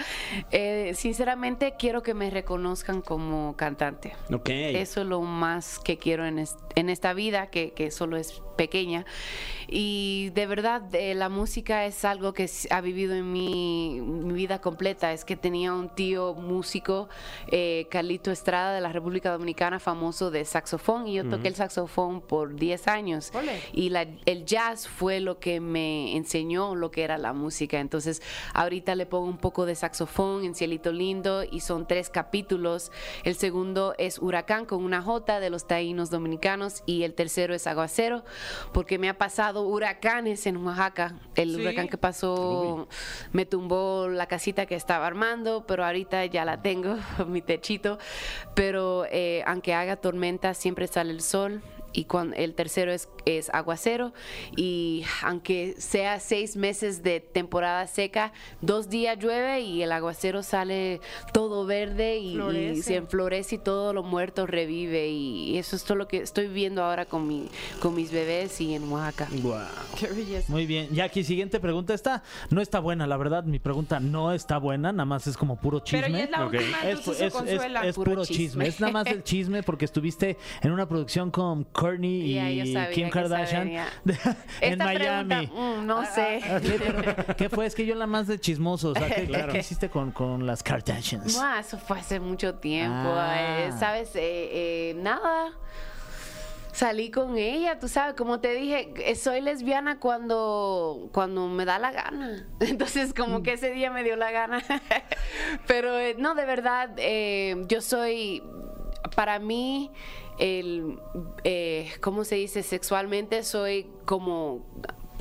Speaker 5: Eh, sinceramente, quiero que me reconozcan como cantante.
Speaker 3: Ok.
Speaker 5: Eso es lo más que quiero en, es- en esta vida, que, que solo es pequeña. Y de verdad, eh, la música es algo que s- ha vivido en mi, mi vida completa. Es que tenía un tío músico, eh, Carlito Estrada, de la República Dominicana, famoso de saxofón, y yo toqué el saxofón por 10 años.
Speaker 2: Ole.
Speaker 5: Y la- el jazz fue lo que me enseñó lo que era la música. Entonces, ahorita le pongo un poco de saxofón en Cielito Lindo y son tres capítulos. El segundo es Huracán con una J de los taínos dominicanos y el tercero es Aguacero, porque me ha pasado huracanes en Oaxaca. El
Speaker 2: Sí.
Speaker 5: huracán que pasó me tumbó la casita que estaba armando, pero ahorita ya la tengo, mi techito. Pero eh, aunque haga tormenta, siempre sale el sol. Y cuan- el tercero es, es aguacero. Y aunque sea seis meses de temporada seca, dos días llueve y el aguacero sale todo verde y, y
Speaker 2: Florece.
Speaker 5: se enflorece y todo lo muerto revive. Y eso es todo lo que estoy viendo ahora con, mi, con mis bebés y en Oaxaca.
Speaker 3: Guau.
Speaker 2: Qué belleza.
Speaker 4: Muy bien. Jackie, siguiente pregunta. Esta no está buena, la verdad. Mi pregunta no está buena. Nada más es como puro chisme.
Speaker 2: Pero ya es la
Speaker 3: Ok.
Speaker 2: última,
Speaker 4: Es,
Speaker 2: entonces
Speaker 4: es-
Speaker 2: eso consuela.
Speaker 4: es- es
Speaker 5: puro
Speaker 4: puro,
Speaker 5: chisme.
Speaker 4: chisme. Es nada más el chisme porque estuviste en una producción con Courtney y
Speaker 5: Ya, yo sabía
Speaker 4: Kim
Speaker 5: que
Speaker 4: Kardashian
Speaker 5: sabía.
Speaker 4: en
Speaker 5: Esta
Speaker 4: Miami. Ah,
Speaker 5: pregunta, mm, no sé.
Speaker 4: Sí, pero, ¿Qué fue? Es que yo la más de chismoso. O sea, ¿qué, qué hiciste con, con las Kardashians?
Speaker 5: No, eso fue hace mucho tiempo.
Speaker 4: Ah.
Speaker 5: eh, ¿Sabes? Eh, eh, nada. Salí con ella, tú sabes, como te dije, eh, soy lesbiana cuando, cuando me da la gana. Entonces, como que ese día me dio la gana. Pero eh, no, de verdad, eh, yo soy, para mí, el, eh, ¿cómo se dice? Sexualmente soy como,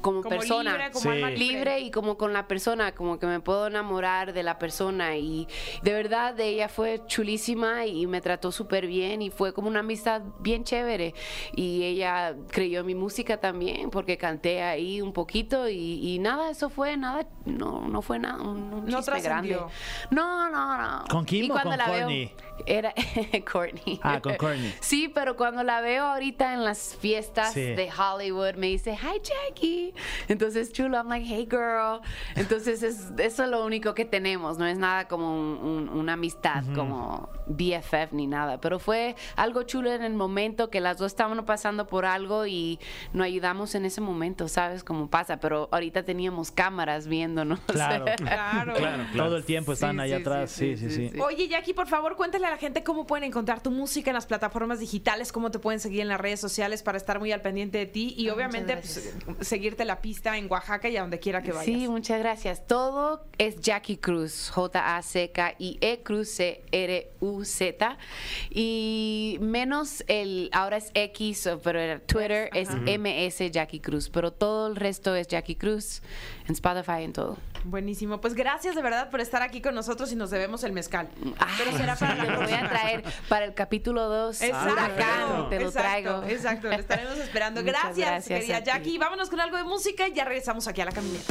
Speaker 5: como,
Speaker 2: Como
Speaker 5: persona
Speaker 2: libre, como
Speaker 4: Sí.
Speaker 2: alma
Speaker 5: libre y como con la persona, como que me puedo enamorar de la persona y de verdad de ella fue chulísima y me trató súper bien y fue como una amistad bien chévere y ella creyó en mi música también porque canté ahí un poquito y, y nada, eso fue nada, no, no fue nada, un, un
Speaker 2: No
Speaker 5: chisme grande.
Speaker 2: trascendió.
Speaker 5: No, no, no.
Speaker 4: ¿Con Kim
Speaker 5: Y
Speaker 4: o
Speaker 5: cuando
Speaker 4: con
Speaker 5: la veo-
Speaker 4: Courtney?
Speaker 5: era Courtney.
Speaker 4: Ah, con Courtney.
Speaker 5: Sí, pero cuando la veo ahorita en las fiestas
Speaker 4: Sí.
Speaker 5: de Hollywood, me dice, hi Jackie. Entonces, chulo, I'm like, hey girl. Entonces, es, eso es lo único que tenemos. No es nada como un- un- una amistad, como BFF ni nada. Pero fue algo chulo en el momento que las dos estábamos pasando por algo y nos ayudamos en ese momento, ¿sabes? Como pasa. Pero ahorita teníamos cámaras viéndonos.
Speaker 4: Claro.
Speaker 2: Claro.
Speaker 4: Todo el tiempo están
Speaker 5: Sí,
Speaker 4: ahí
Speaker 5: sí,
Speaker 4: atrás. Sí, sí, sí.
Speaker 2: Oye, Jackie, por favor, cuéntale a la gente cómo pueden encontrar tu música en las plataformas digitales, cómo te pueden seguir en las redes sociales para estar muy al pendiente de ti y
Speaker 5: Ah,
Speaker 2: obviamente
Speaker 5: muchas
Speaker 2: pues, seguirte la pista en Oaxaca y a donde quiera que vayas.
Speaker 5: Sí, muchas gracias. Todo es Jackie Cruz, J-A-C-K-I-E E, Cruz, C-R-U-Z. Y menos el, ahora es X, pero era Twitter, es MS Jackie Cruz. Pero todo el resto es Jackie Cruz, en Spotify, en todo.
Speaker 2: Buenísimo. Pues gracias de verdad por estar aquí con nosotros y nos debemos el mezcal. Pero
Speaker 5: Ay,
Speaker 2: será para
Speaker 5: sí,
Speaker 2: la
Speaker 5: Ah, Lo voy a
Speaker 2: próxima.
Speaker 5: traer para el capítulo 2.
Speaker 2: Exacto,
Speaker 5: Huracán, te lo
Speaker 2: exacto,
Speaker 5: traigo.
Speaker 2: Exacto, lo estaremos esperando.
Speaker 5: Muchas
Speaker 2: Gracias,
Speaker 5: gracias
Speaker 2: querida
Speaker 5: a ti.
Speaker 2: Jackie. Vámonos con algo de música y ya regresamos aquí a la caminera.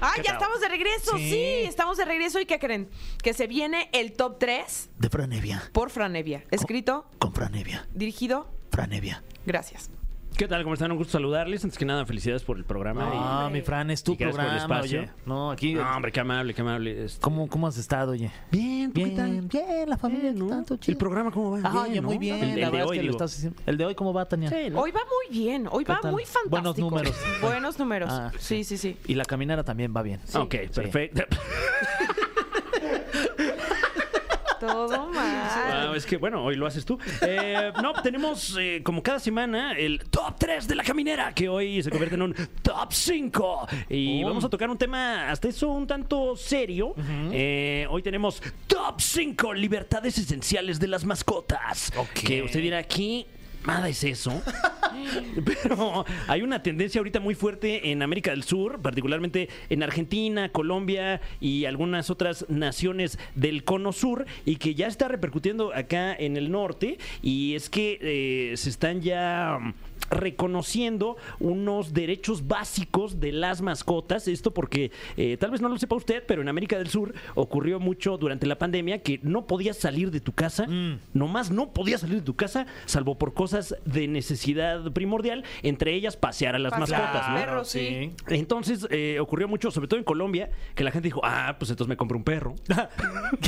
Speaker 2: Ah,
Speaker 3: ¿Qué
Speaker 2: ya
Speaker 3: tal?
Speaker 2: estamos de regreso, sí.
Speaker 4: Sí.
Speaker 2: estamos de regreso y ¿qué creen? Que se viene el top 3
Speaker 4: De Franevia.
Speaker 2: por Franevia. Escrito,
Speaker 4: Con Franevia.
Speaker 2: dirigido,
Speaker 4: Franevia.
Speaker 2: gracias.
Speaker 3: ¿Qué tal? ¿Cómo están? Un gusto saludarles. Antes que nada, felicidades por el programa.
Speaker 4: Ah, mi Fran, es tu
Speaker 3: Y gracias por el
Speaker 4: programa.
Speaker 3: espacio.
Speaker 4: oye. No,
Speaker 3: y-
Speaker 4: aquí.
Speaker 3: No, hombre, qué amable, qué amable. Este,
Speaker 4: ¿Cómo, ¿Cómo has estado, oye?
Speaker 3: Bien, ¿tú qué tal?
Speaker 4: Bien, bien, la familia,
Speaker 3: Bien, ¿no?
Speaker 4: tanto
Speaker 3: ¿El programa cómo va?
Speaker 4: Ah,
Speaker 3: Bien,
Speaker 4: oye,
Speaker 3: ¿no?
Speaker 4: muy bien.
Speaker 3: El- el
Speaker 4: la
Speaker 3: de
Speaker 4: verdad es
Speaker 3: hoy,
Speaker 4: que lo
Speaker 3: digo.
Speaker 4: estás haciendo- ¿El de hoy cómo va, Tania?
Speaker 3: Sí, ¿no?
Speaker 2: Hoy va muy bien, hoy
Speaker 4: ¿Qué
Speaker 2: va
Speaker 4: tal?
Speaker 2: muy fantástico.
Speaker 4: Buenos números.
Speaker 2: Buenos números.
Speaker 4: Ah.
Speaker 2: sí, sí, sí.
Speaker 4: Y la caminera también va bien.
Speaker 3: Ok, perfecto.
Speaker 2: Todo mal. Claro.
Speaker 3: Ah, es que, bueno, hoy lo haces tú. Eh, no, tenemos eh, como cada semana el top 3 de la caminera, que hoy se convierte en un top 5. Y
Speaker 4: Oh.
Speaker 3: vamos a tocar un tema hasta eso un tanto serio. Eh, hoy tenemos top 5 libertades esenciales de las mascotas. Que usted dirá aquí. Nada es eso. Pero hay una tendencia ahorita muy fuerte en América del Sur, particularmente en Argentina, Colombia y algunas otras naciones del cono sur, y que ya está repercutiendo acá en el norte, y es que eh, se están ya mm, reconociendo unos derechos básicos de las mascotas. Esto porque eh, tal vez no lo sepa usted, pero en América del Sur ocurrió mucho durante la pandemia que no podías salir de tu casa, nomás no podías salir de tu casa, salvo por cosas de necesidad primordial, entre ellas pasear a las
Speaker 2: Pasear
Speaker 3: mascotas. ¿no?
Speaker 2: al perro, sí.
Speaker 3: Entonces eh, ocurrió mucho, sobre todo en Colombia, que la gente dijo, ah, pues entonces me compro un perro.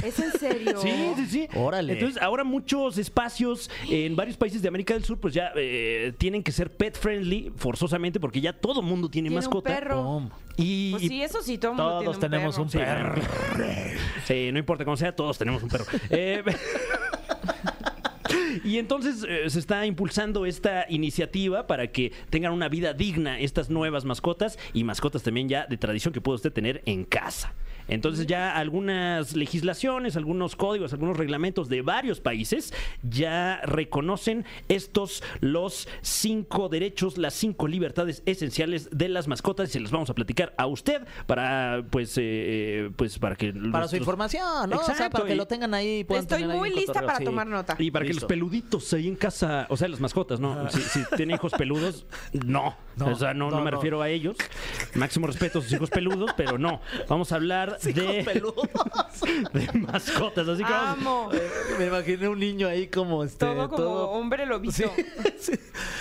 Speaker 2: ¿Es en serio?
Speaker 3: Sí, sí, sí.
Speaker 4: Órale.
Speaker 3: Entonces, ahora muchos espacios en varios países de América del Sur, pues ya eh, tienen que ser pet friendly forzosamente, porque ya todo mundo tiene,
Speaker 2: Tiene un
Speaker 3: mascota.
Speaker 2: perro.
Speaker 4: Boom.
Speaker 3: Y,
Speaker 2: Pues sí, eso sí, todo mundo
Speaker 4: Todos
Speaker 2: tiene
Speaker 4: tenemos un
Speaker 3: Sí,
Speaker 2: perro.
Speaker 4: perro.
Speaker 3: Sí, no importa cómo sea, todos tenemos un perro. Eh, Y entonces eh, se está impulsando esta iniciativa para que tengan una vida digna estas nuevas mascotas y mascotas también ya de tradición que puede usted tener en casa. Entonces ya algunas legislaciones, algunos códigos, algunos reglamentos de varios países ya reconocen estos los cinco derechos, las cinco libertades esenciales de las mascotas y se los vamos a platicar a usted para pues eh, pues para que
Speaker 4: Para su
Speaker 3: nuestros-
Speaker 4: información, ¿no? o sea,
Speaker 3: Exacto,
Speaker 4: para que
Speaker 3: y-
Speaker 4: lo tengan ahí. y puedan
Speaker 2: Estoy
Speaker 4: tener ahí
Speaker 2: muy
Speaker 4: un
Speaker 2: lista
Speaker 4: cotorreo,
Speaker 2: para
Speaker 4: sí.
Speaker 2: tomar nota.
Speaker 3: Y para que
Speaker 4: Listo.
Speaker 3: los peluditos ahí en casa, o sea, las mascotas, ¿no? Si, si tiene hijos peludos, no.
Speaker 4: No,
Speaker 3: o sea, no, no
Speaker 4: no,
Speaker 3: me
Speaker 4: no.
Speaker 3: refiero a ellos. Máximo respeto a sus hijos peludos, pero no. Vamos a hablar de, de mascotas. Así que vamos-
Speaker 2: Amo.
Speaker 4: Me imaginé un niño ahí como este.
Speaker 2: Todo como hombre lobito.
Speaker 4: Sí, sí.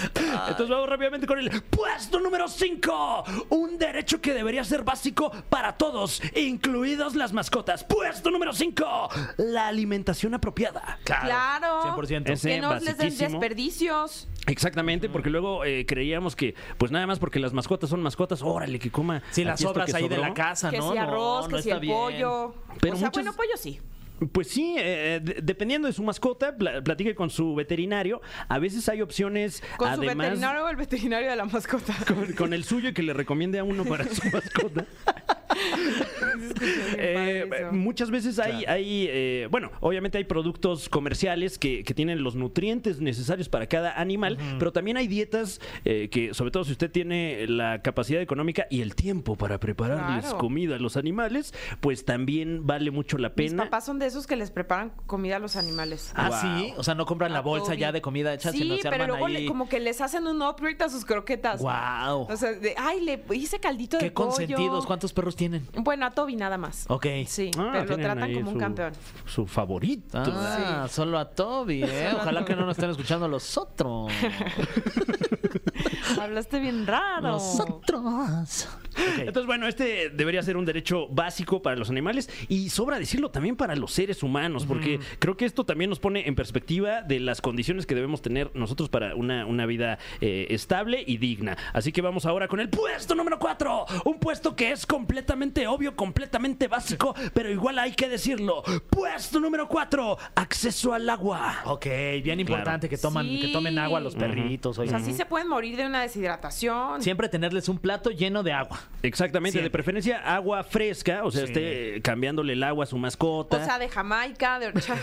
Speaker 3: Entonces vamos rápidamente con el puesto número 5. Un derecho que debería ser básico para todos, incluidas las mascotas. Puesto número 5. La alimentación apropiada.
Speaker 2: Claro.
Speaker 4: 100%.
Speaker 3: Es-
Speaker 2: Que no les den
Speaker 3: basiquísimo.
Speaker 2: desperdicios.
Speaker 3: Exactamente, porque luego eh, creíamos que, pues nada más porque las mascotas son mascotas, órale, que coma.
Speaker 4: Sí, las
Speaker 3: aquí esto
Speaker 4: obras
Speaker 3: que
Speaker 4: ahí de la
Speaker 3: sobró.
Speaker 4: casa,
Speaker 2: que
Speaker 4: ¿no?
Speaker 2: si
Speaker 4: No,
Speaker 2: arroz,
Speaker 4: no
Speaker 2: que si
Speaker 4: está
Speaker 2: el
Speaker 4: bien.
Speaker 2: pollo.
Speaker 3: Pero
Speaker 2: o sea,
Speaker 3: muchas-
Speaker 2: bueno, pollo sí.
Speaker 3: Pues sí, eh, de- dependiendo de su mascota, pla- platique con su veterinario. A veces hay opciones,
Speaker 2: Con su
Speaker 3: además,
Speaker 2: veterinario o el veterinario de la mascota.
Speaker 3: con, con el suyo y que le recomiende a uno para su mascota. Eh, muchas veces hay, hay eh, bueno, obviamente hay productos comerciales que, que tienen los nutrientes necesarios para cada animal, pero también hay dietas eh, que, sobre todo si usted tiene la capacidad económica y el tiempo para prepararles
Speaker 2: Claro.
Speaker 3: comida a los animales, pues también vale mucho la
Speaker 2: Mis
Speaker 3: pena.
Speaker 2: papás son de esos que les preparan comida a los animales.
Speaker 4: Ah,
Speaker 3: Wow.
Speaker 4: sí. O sea, no compran la
Speaker 2: A
Speaker 4: bolsa
Speaker 2: Toby.
Speaker 4: ya de comida hecha,
Speaker 2: sí,
Speaker 4: sino se
Speaker 2: pero
Speaker 4: arman
Speaker 2: luego
Speaker 4: ahí.
Speaker 2: le- como que les hacen un upgrade a sus croquetas.
Speaker 4: Guau.
Speaker 2: O sea, de, ay, le hice caldito de
Speaker 4: Qué
Speaker 2: pollo.
Speaker 4: consentidos. ¿Cuántos perros tienen?
Speaker 2: Bueno, a Toby nada más.
Speaker 4: Ok.
Speaker 2: Sí,
Speaker 3: Ah,
Speaker 2: pero lo
Speaker 3: tienen
Speaker 2: tratan
Speaker 3: ahí
Speaker 2: como un
Speaker 3: su-
Speaker 2: campeón.
Speaker 3: Su favorito.
Speaker 4: Ah, solo a Toby, ¿eh?
Speaker 2: Solo a
Speaker 4: Ojalá que
Speaker 2: Toby.
Speaker 4: no nos estén escuchando los otros.
Speaker 2: Hablaste bien raro.
Speaker 4: Nosotros.
Speaker 3: Entonces, bueno, este debería ser un derecho básico para los animales y sobra decirlo también para los seres humanos, porque creo que esto también nos pone en perspectiva de las condiciones que debemos tener nosotros para una, una vida eh, estable y digna. Así que vamos ahora con el puesto número 4, un puesto que es completamente obvio, completamente básico, pero igual hay que decirlo. Puesto número 4, acceso al agua.
Speaker 2: Oh.
Speaker 4: Ok, bien importante que, toman,
Speaker 2: Sí.
Speaker 4: que tomen agua los perritos.
Speaker 2: O
Speaker 4: oigan.
Speaker 2: sea, sí se pueden morir de una deshidratación.
Speaker 4: Siempre tenerles un plato lleno de agua.
Speaker 3: Exactamente, de
Speaker 4: Siempre.
Speaker 3: preferencia agua fresca, o sea,
Speaker 4: Sí.
Speaker 3: esté eh, cambiándole el agua a su mascota.
Speaker 2: O sea, de Jamaica, de horchata.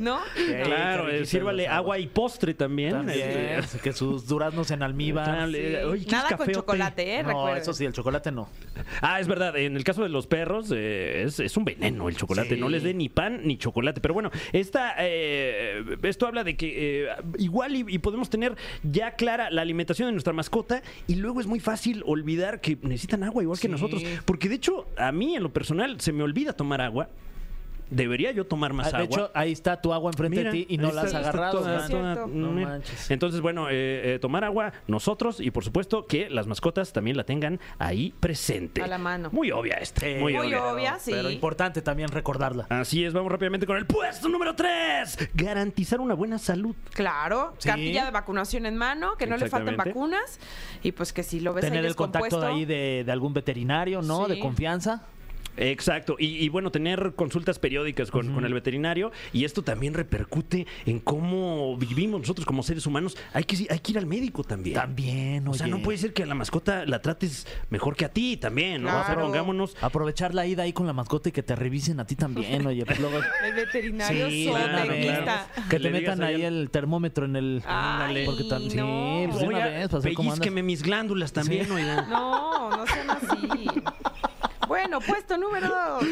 Speaker 2: ¿No?
Speaker 3: Claro, eh,
Speaker 4: riquito
Speaker 3: sírvale
Speaker 4: los
Speaker 3: agua y postre también.
Speaker 4: También,
Speaker 3: Este,
Speaker 4: que sus duraznos en almíbar.
Speaker 3: Dale,
Speaker 2: Sí.
Speaker 3: oye, ¿quieres
Speaker 2: Nada
Speaker 3: café o
Speaker 2: con
Speaker 3: té?
Speaker 2: chocolate, ¿eh?
Speaker 4: No,
Speaker 2: Recuerden.
Speaker 4: eso sí, el chocolate no.
Speaker 3: Ah, es verdad, en el caso de los perros eh, es, es un veneno el chocolate,
Speaker 4: Sí.
Speaker 3: no les dé ni pan ni chocolate. Pero bueno, esta, eh, esto habla de que eh, igual y, y podemos tener ya clara la alimentación de nuestra mascota y luego es muy fácil olvidar que necesitan agua igual que
Speaker 4: Sí.
Speaker 3: nosotros. Porque de hecho, a mí en lo personal se me olvida tomar agua. Debería yo tomar más
Speaker 4: Ah, de
Speaker 3: agua.
Speaker 4: hecho, ahí está tu agua enfrente
Speaker 3: Mira,
Speaker 4: de ti y no
Speaker 3: ahí
Speaker 4: la has
Speaker 3: está, está
Speaker 4: agarrado.
Speaker 3: toda-
Speaker 2: ¿no?
Speaker 4: ¿verdad?
Speaker 2: Sí,
Speaker 3: toda-
Speaker 2: Cierto.
Speaker 3: no,
Speaker 4: No
Speaker 3: eh.
Speaker 4: manches.
Speaker 3: Entonces, bueno, eh, eh, tomar agua nosotros y por supuesto que las mascotas también la tengan ahí presente.
Speaker 2: A la mano.
Speaker 3: Muy obvia esta.
Speaker 4: Sí.
Speaker 3: muy,
Speaker 2: Muy
Speaker 3: obvia.
Speaker 2: obvia. sí.
Speaker 4: Pero importante también recordarla.
Speaker 3: Así es, vamos rápidamente con el puesto número 3. Garantizar una buena salud.
Speaker 2: Claro,
Speaker 4: Sí.
Speaker 2: cartilla de vacunación en mano, que no le falten
Speaker 3: Exactamente.
Speaker 2: vacunas. Y pues que si lo ves ahí
Speaker 4: Tener el contacto
Speaker 2: descompuesto,
Speaker 4: de ahí de, de algún veterinario, ¿no?
Speaker 2: Sí.
Speaker 4: De confianza.
Speaker 3: Exacto. Y, y bueno, tener consultas periódicas con, con el veterinario y esto también repercute en cómo vivimos nosotros como seres humanos. Hay que, hay que ir al médico también.
Speaker 6: También,
Speaker 3: O sea,
Speaker 6: oye.
Speaker 3: no puede ser que a la mascota la trates mejor que a ti también, ¿no? O sea,
Speaker 2: Claro.
Speaker 3: pongámonos
Speaker 6: Aprovechar la ida ahí con la mascota y que te revisen a ti también, oye. pues luego-
Speaker 2: El veterinario
Speaker 6: Sí,
Speaker 2: zootecnista.
Speaker 3: claro, claro.
Speaker 6: Que
Speaker 3: Le
Speaker 6: te metan
Speaker 3: digas ahí
Speaker 6: ahí
Speaker 3: al-
Speaker 6: el termómetro en el.
Speaker 2: Ándale.
Speaker 6: Porque tam-
Speaker 2: Ay,
Speaker 6: Sí,
Speaker 2: no.
Speaker 6: pues de una
Speaker 3: Oiga,
Speaker 6: vez, para saber cómo andas.
Speaker 3: pellizqueme mis glándulas también, oigan.
Speaker 2: No, no sean así. Bueno, puesto número dos.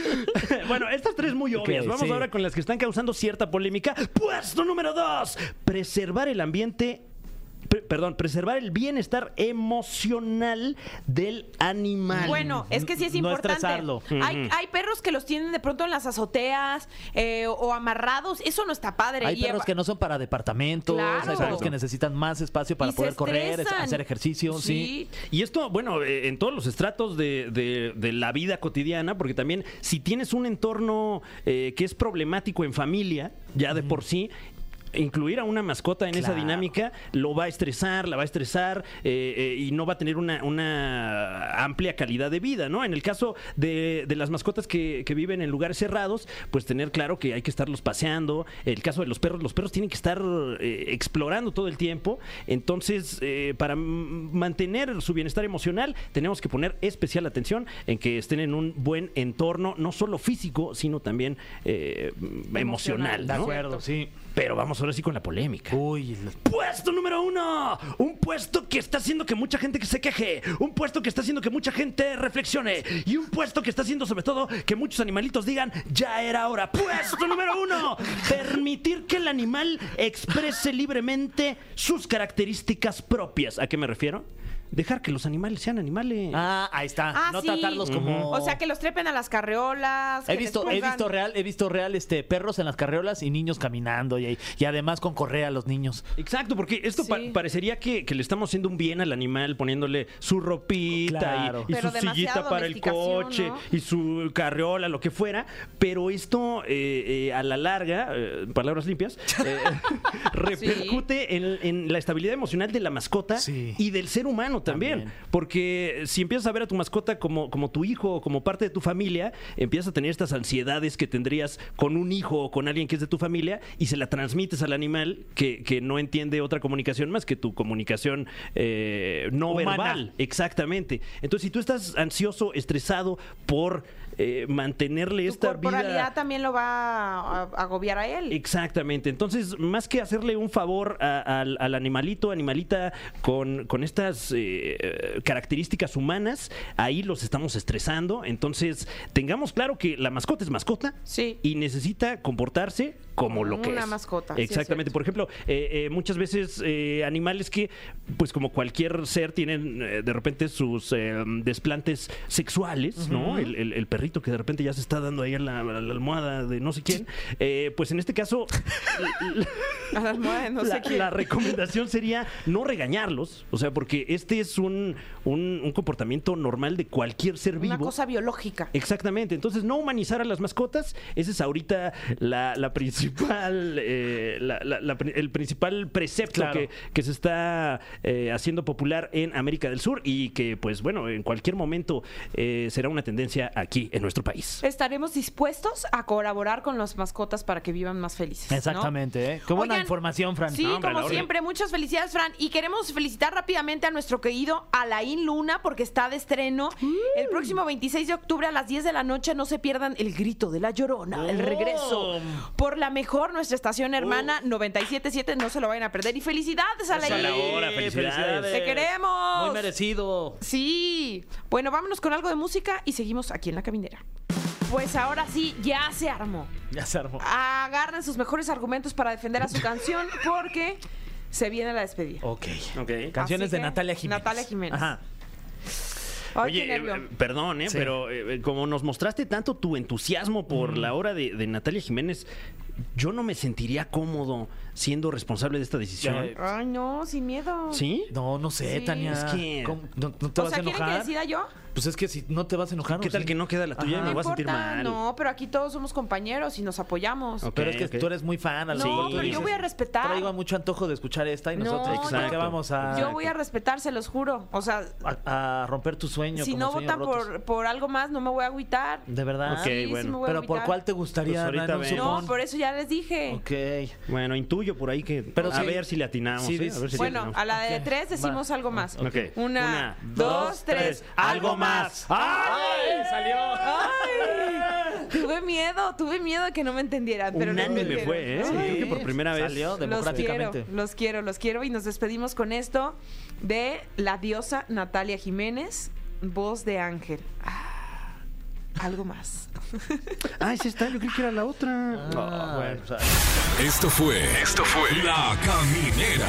Speaker 3: bueno, estas tres muy obvias. Vamos
Speaker 6: sí.
Speaker 3: ahora con las que están causando cierta polémica. Puesto número dos. Preservar el ambiente. pre- Perdón, preservar el bienestar emocional del animal.
Speaker 2: Bueno, es que sí es
Speaker 4: No
Speaker 2: importante.
Speaker 4: estresarlo.
Speaker 2: hay, hay perros que los tienen de pronto en las azoteas eh, o amarrados. Eso no está padre.
Speaker 6: Hay
Speaker 2: Y
Speaker 6: perros
Speaker 2: ap-
Speaker 6: que no son para departamentos, hay
Speaker 2: Claro.
Speaker 6: perros que necesitan más espacio para
Speaker 2: y se
Speaker 6: poder correr,
Speaker 2: estresan.
Speaker 6: hacer ejercicio, sí.
Speaker 3: Y esto, bueno, eh, en todos los estratos de, de- de la vida cotidiana, porque también si tienes un entorno eh, que es problemático en familia, ya de por sí, incluir a una mascota en esa
Speaker 6: Claro.
Speaker 3: dinámica lo va a estresar, la va a estresar eh, eh, y no va a tener una, una amplia calidad de vida, ¿no? En el caso de, de las mascotas que, que viven en lugares cerrados, pues tener claro que hay que estarlos paseando. El caso de los perros, los perros tienen que estar eh, explorando todo el tiempo. Entonces, eh, para m- mantener su bienestar emocional, tenemos que poner especial atención en que estén en un buen entorno, no solo físico, sino también eh, emocional.
Speaker 6: De
Speaker 3: ¿no?
Speaker 6: acuerdo, sí.
Speaker 3: Pero vamos ahora sí con la polémica.
Speaker 6: Uy, el-
Speaker 3: Puesto número uno. Un puesto que está haciendo que mucha gente que se queje. Un puesto que está haciendo que mucha gente reflexione. Y un puesto que está haciendo sobre todo que muchos animalitos digan, ya era hora. Puesto número uno. Permitir que el animal exprese libremente sus características propias. ¿A qué me refiero? Dejar que los animales sean animales.
Speaker 6: Ah, ahí está.
Speaker 2: Ah,
Speaker 6: no
Speaker 2: sí.
Speaker 6: tratarlos como.
Speaker 2: O sea, que los trepen a las carreolas.
Speaker 6: He
Speaker 2: Pues que les
Speaker 6: visto, he
Speaker 2: pongan-
Speaker 6: visto real, he visto real este perros en las carreolas y niños caminando y, ahí- y además con correa a los niños.
Speaker 3: Exacto, porque esto pa-
Speaker 2: Sí.
Speaker 3: parecería que, que le estamos haciendo un bien al animal poniéndole su ropita y-
Speaker 6: Claro.
Speaker 3: y,
Speaker 2: Pero
Speaker 3: su
Speaker 2: demasiada
Speaker 3: sillita para el
Speaker 2: domesticación,
Speaker 3: coche
Speaker 2: ¿no?
Speaker 3: y su carriola, lo que fuera. Pero esto eh, eh, a la larga, eh, palabras limpias, eh, repercute en, en la estabilidad emocional de la mascota
Speaker 6: Sí.
Speaker 3: y del ser humano también.
Speaker 6: También.
Speaker 3: Porque si empiezas a ver a tu mascota como, como tu hijo o como parte de tu familia, empiezas a tener estas ansiedades que tendrías con un hijo o con alguien que es de tu familia y se la transmites al animal que, que no entiende otra comunicación más que tu comunicación eh, no
Speaker 6: Humana.
Speaker 3: verbal. Exactamente. Entonces, si tú estás ansioso, estresado por eh, mantenerle
Speaker 2: Tu
Speaker 3: esta
Speaker 2: corporalidad
Speaker 3: vida
Speaker 2: también lo va a, a agobiar a él.
Speaker 3: Exactamente. Entonces, más que hacerle un favor a- al, al animalito, animalita, con, con estas eh, eh, características humanas, ahí los estamos estresando. Entonces, tengamos claro que la mascota es mascota.
Speaker 2: Sí.
Speaker 3: Y necesita comportarse como lo que es.
Speaker 2: Una mascota, sí, es
Speaker 3: Exactamente.
Speaker 2: cierto.
Speaker 3: Por ejemplo, eh, eh, muchas veces eh, animales que, pues como cualquier ser, tienen eh, de repente sus eh, desplantes sexuales, ¿no? El, el- el perrito que de repente ya se está dando ahí a la, a la almohada de no sé quién. Eh, pues en este caso,
Speaker 2: A las modas, no
Speaker 3: la,
Speaker 2: sé quién.
Speaker 3: la recomendación sería no regañarlos, o sea, porque este es un, un- un comportamiento normal de cualquier ser
Speaker 2: Una
Speaker 3: vivo.
Speaker 2: cosa biológica.
Speaker 3: Exactamente, entonces no humanizar a las mascotas, esa es ahorita la, la principal, eh, la- la- la pri- el principal precepto
Speaker 6: Claro.
Speaker 3: que, que se está eh, haciendo popular en América del Sur y que, pues bueno, en cualquier momento eh, será una tendencia aquí en nuestro país.
Speaker 2: Estaremos dispuestos a colaborar con las mascotas para que vivan más felices. ¿no?
Speaker 6: Exactamente, ¿eh? Qué buena
Speaker 2: Oigan,
Speaker 6: información, Fran.
Speaker 2: Sí,
Speaker 3: No, hombre, la
Speaker 2: como
Speaker 3: orden.
Speaker 2: siempre, muchas felicidades, Fran. Y queremos felicitar rápidamente a nuestro querido Alain Luna porque está de estreno. El próximo 26 de octubre a las 10 de la noche no se pierdan El Grito de la Llorona,
Speaker 6: Oh.
Speaker 2: el regreso por la mejor, nuestra estación hermana
Speaker 6: Oh.
Speaker 2: 977. No se lo vayan a perder. Y felicidades,
Speaker 3: a la
Speaker 2: Alain.
Speaker 3: hora, felicidades.
Speaker 2: Te queremos.
Speaker 6: Muy merecido.
Speaker 2: Sí. Bueno, vámonos con algo de música y seguimos aquí en la caminera. Pues ahora sí, ya se armó
Speaker 6: Ya se armó.
Speaker 2: agarren sus mejores argumentos para defender a su canción porque se viene la despedida.
Speaker 6: Ok.
Speaker 3: Ok.
Speaker 6: Canciones
Speaker 2: Así
Speaker 6: de
Speaker 2: que,
Speaker 6: Natalia Jiménez.
Speaker 2: Natalia Jiménez.
Speaker 6: Ajá.
Speaker 2: Ay, qué
Speaker 3: Oye, eh,
Speaker 2: nervio.
Speaker 3: eh, perdón, eh,
Speaker 6: Sí.
Speaker 3: pero eh, eh, como nos mostraste tanto tu entusiasmo por la obra de, de Natalia Jiménez, yo no me sentiría cómodo siendo responsable de esta decisión.
Speaker 4: Ya.
Speaker 2: Ay, no, sin miedo.
Speaker 3: ¿Sí?
Speaker 4: No, no sé,
Speaker 2: Sí.
Speaker 4: Tania.
Speaker 3: Es que-
Speaker 4: ¿Cómo? ¿No, no te
Speaker 2: O
Speaker 4: vas
Speaker 2: sea,
Speaker 4: a
Speaker 2: ¿quieren que
Speaker 4: enojar?
Speaker 2: decida yo?
Speaker 4: Pues es que si no te vas a enojar.
Speaker 3: ¿Qué
Speaker 4: ¿o
Speaker 3: tal
Speaker 4: sí?
Speaker 3: que no queda la tuya y
Speaker 4: Ajá.
Speaker 3: me
Speaker 2: No
Speaker 3: voy a sentir
Speaker 2: importa,
Speaker 3: mal?
Speaker 2: No, pero aquí todos somos compañeros y nos apoyamos.
Speaker 3: Ok,
Speaker 4: Pero es que
Speaker 3: ok.
Speaker 4: tú eres muy fan. A lo
Speaker 2: No,
Speaker 4: mejor tú
Speaker 3: pero yo
Speaker 4: dices,
Speaker 2: voy a respetar.
Speaker 4: Traigo mucho antojo de escuchar esta y
Speaker 2: No,
Speaker 4: nosotros
Speaker 2: yo-
Speaker 4: ¿por qué vamos a,
Speaker 2: Yo voy a respetar, se los juro. O sea,
Speaker 4: a- a romper tu sueño.
Speaker 2: si
Speaker 4: como
Speaker 2: no
Speaker 4: sueños
Speaker 2: votan
Speaker 4: rotos?
Speaker 2: por, por algo más, no me voy a agüitar. Ah,
Speaker 4: De verdad.
Speaker 3: Ok,
Speaker 2: Sí, sí
Speaker 3: bueno.
Speaker 2: me voy a
Speaker 4: Pero ¿por
Speaker 2: agüitar.
Speaker 4: cuál te gustaría
Speaker 3: Pues ahorita
Speaker 4: ganar un
Speaker 3: vemos.
Speaker 2: No,
Speaker 4: sumón?
Speaker 2: por eso ya les dije.
Speaker 4: Ok.
Speaker 3: Bueno, intuyo por ahí que.
Speaker 4: Pero
Speaker 3: a
Speaker 4: sí.
Speaker 3: ver si le atinamos.
Speaker 4: Sí,
Speaker 3: ¿eh?
Speaker 4: dices-
Speaker 3: a ver si le
Speaker 2: Bueno,
Speaker 3: atinamos.
Speaker 2: a la de
Speaker 4: Ok,
Speaker 2: tres decimos algo más.
Speaker 3: Ok.
Speaker 2: Una, dos, tres. Algo más.
Speaker 3: ¡Ay! ¡Salió!
Speaker 2: ¡Ay! Tuve miedo, tuve miedo de que no me entendieran. Pero lo
Speaker 3: Unánime
Speaker 2: entendieron.
Speaker 3: fue, ¿eh?
Speaker 4: Sí.
Speaker 3: Creo que por primera vez.
Speaker 4: Salió de-
Speaker 2: Los quiero,
Speaker 4: democráticamente.
Speaker 2: los quiero, los quiero. Y nos despedimos con esto de la diosa Natalia Jiménez, voz de ángel. Ah, algo más.
Speaker 3: Ah, esa está, yo creo que era la otra. Oh,
Speaker 4: Ah, bueno, o sea,
Speaker 1: Esto fue. Esto fue. La Caminera.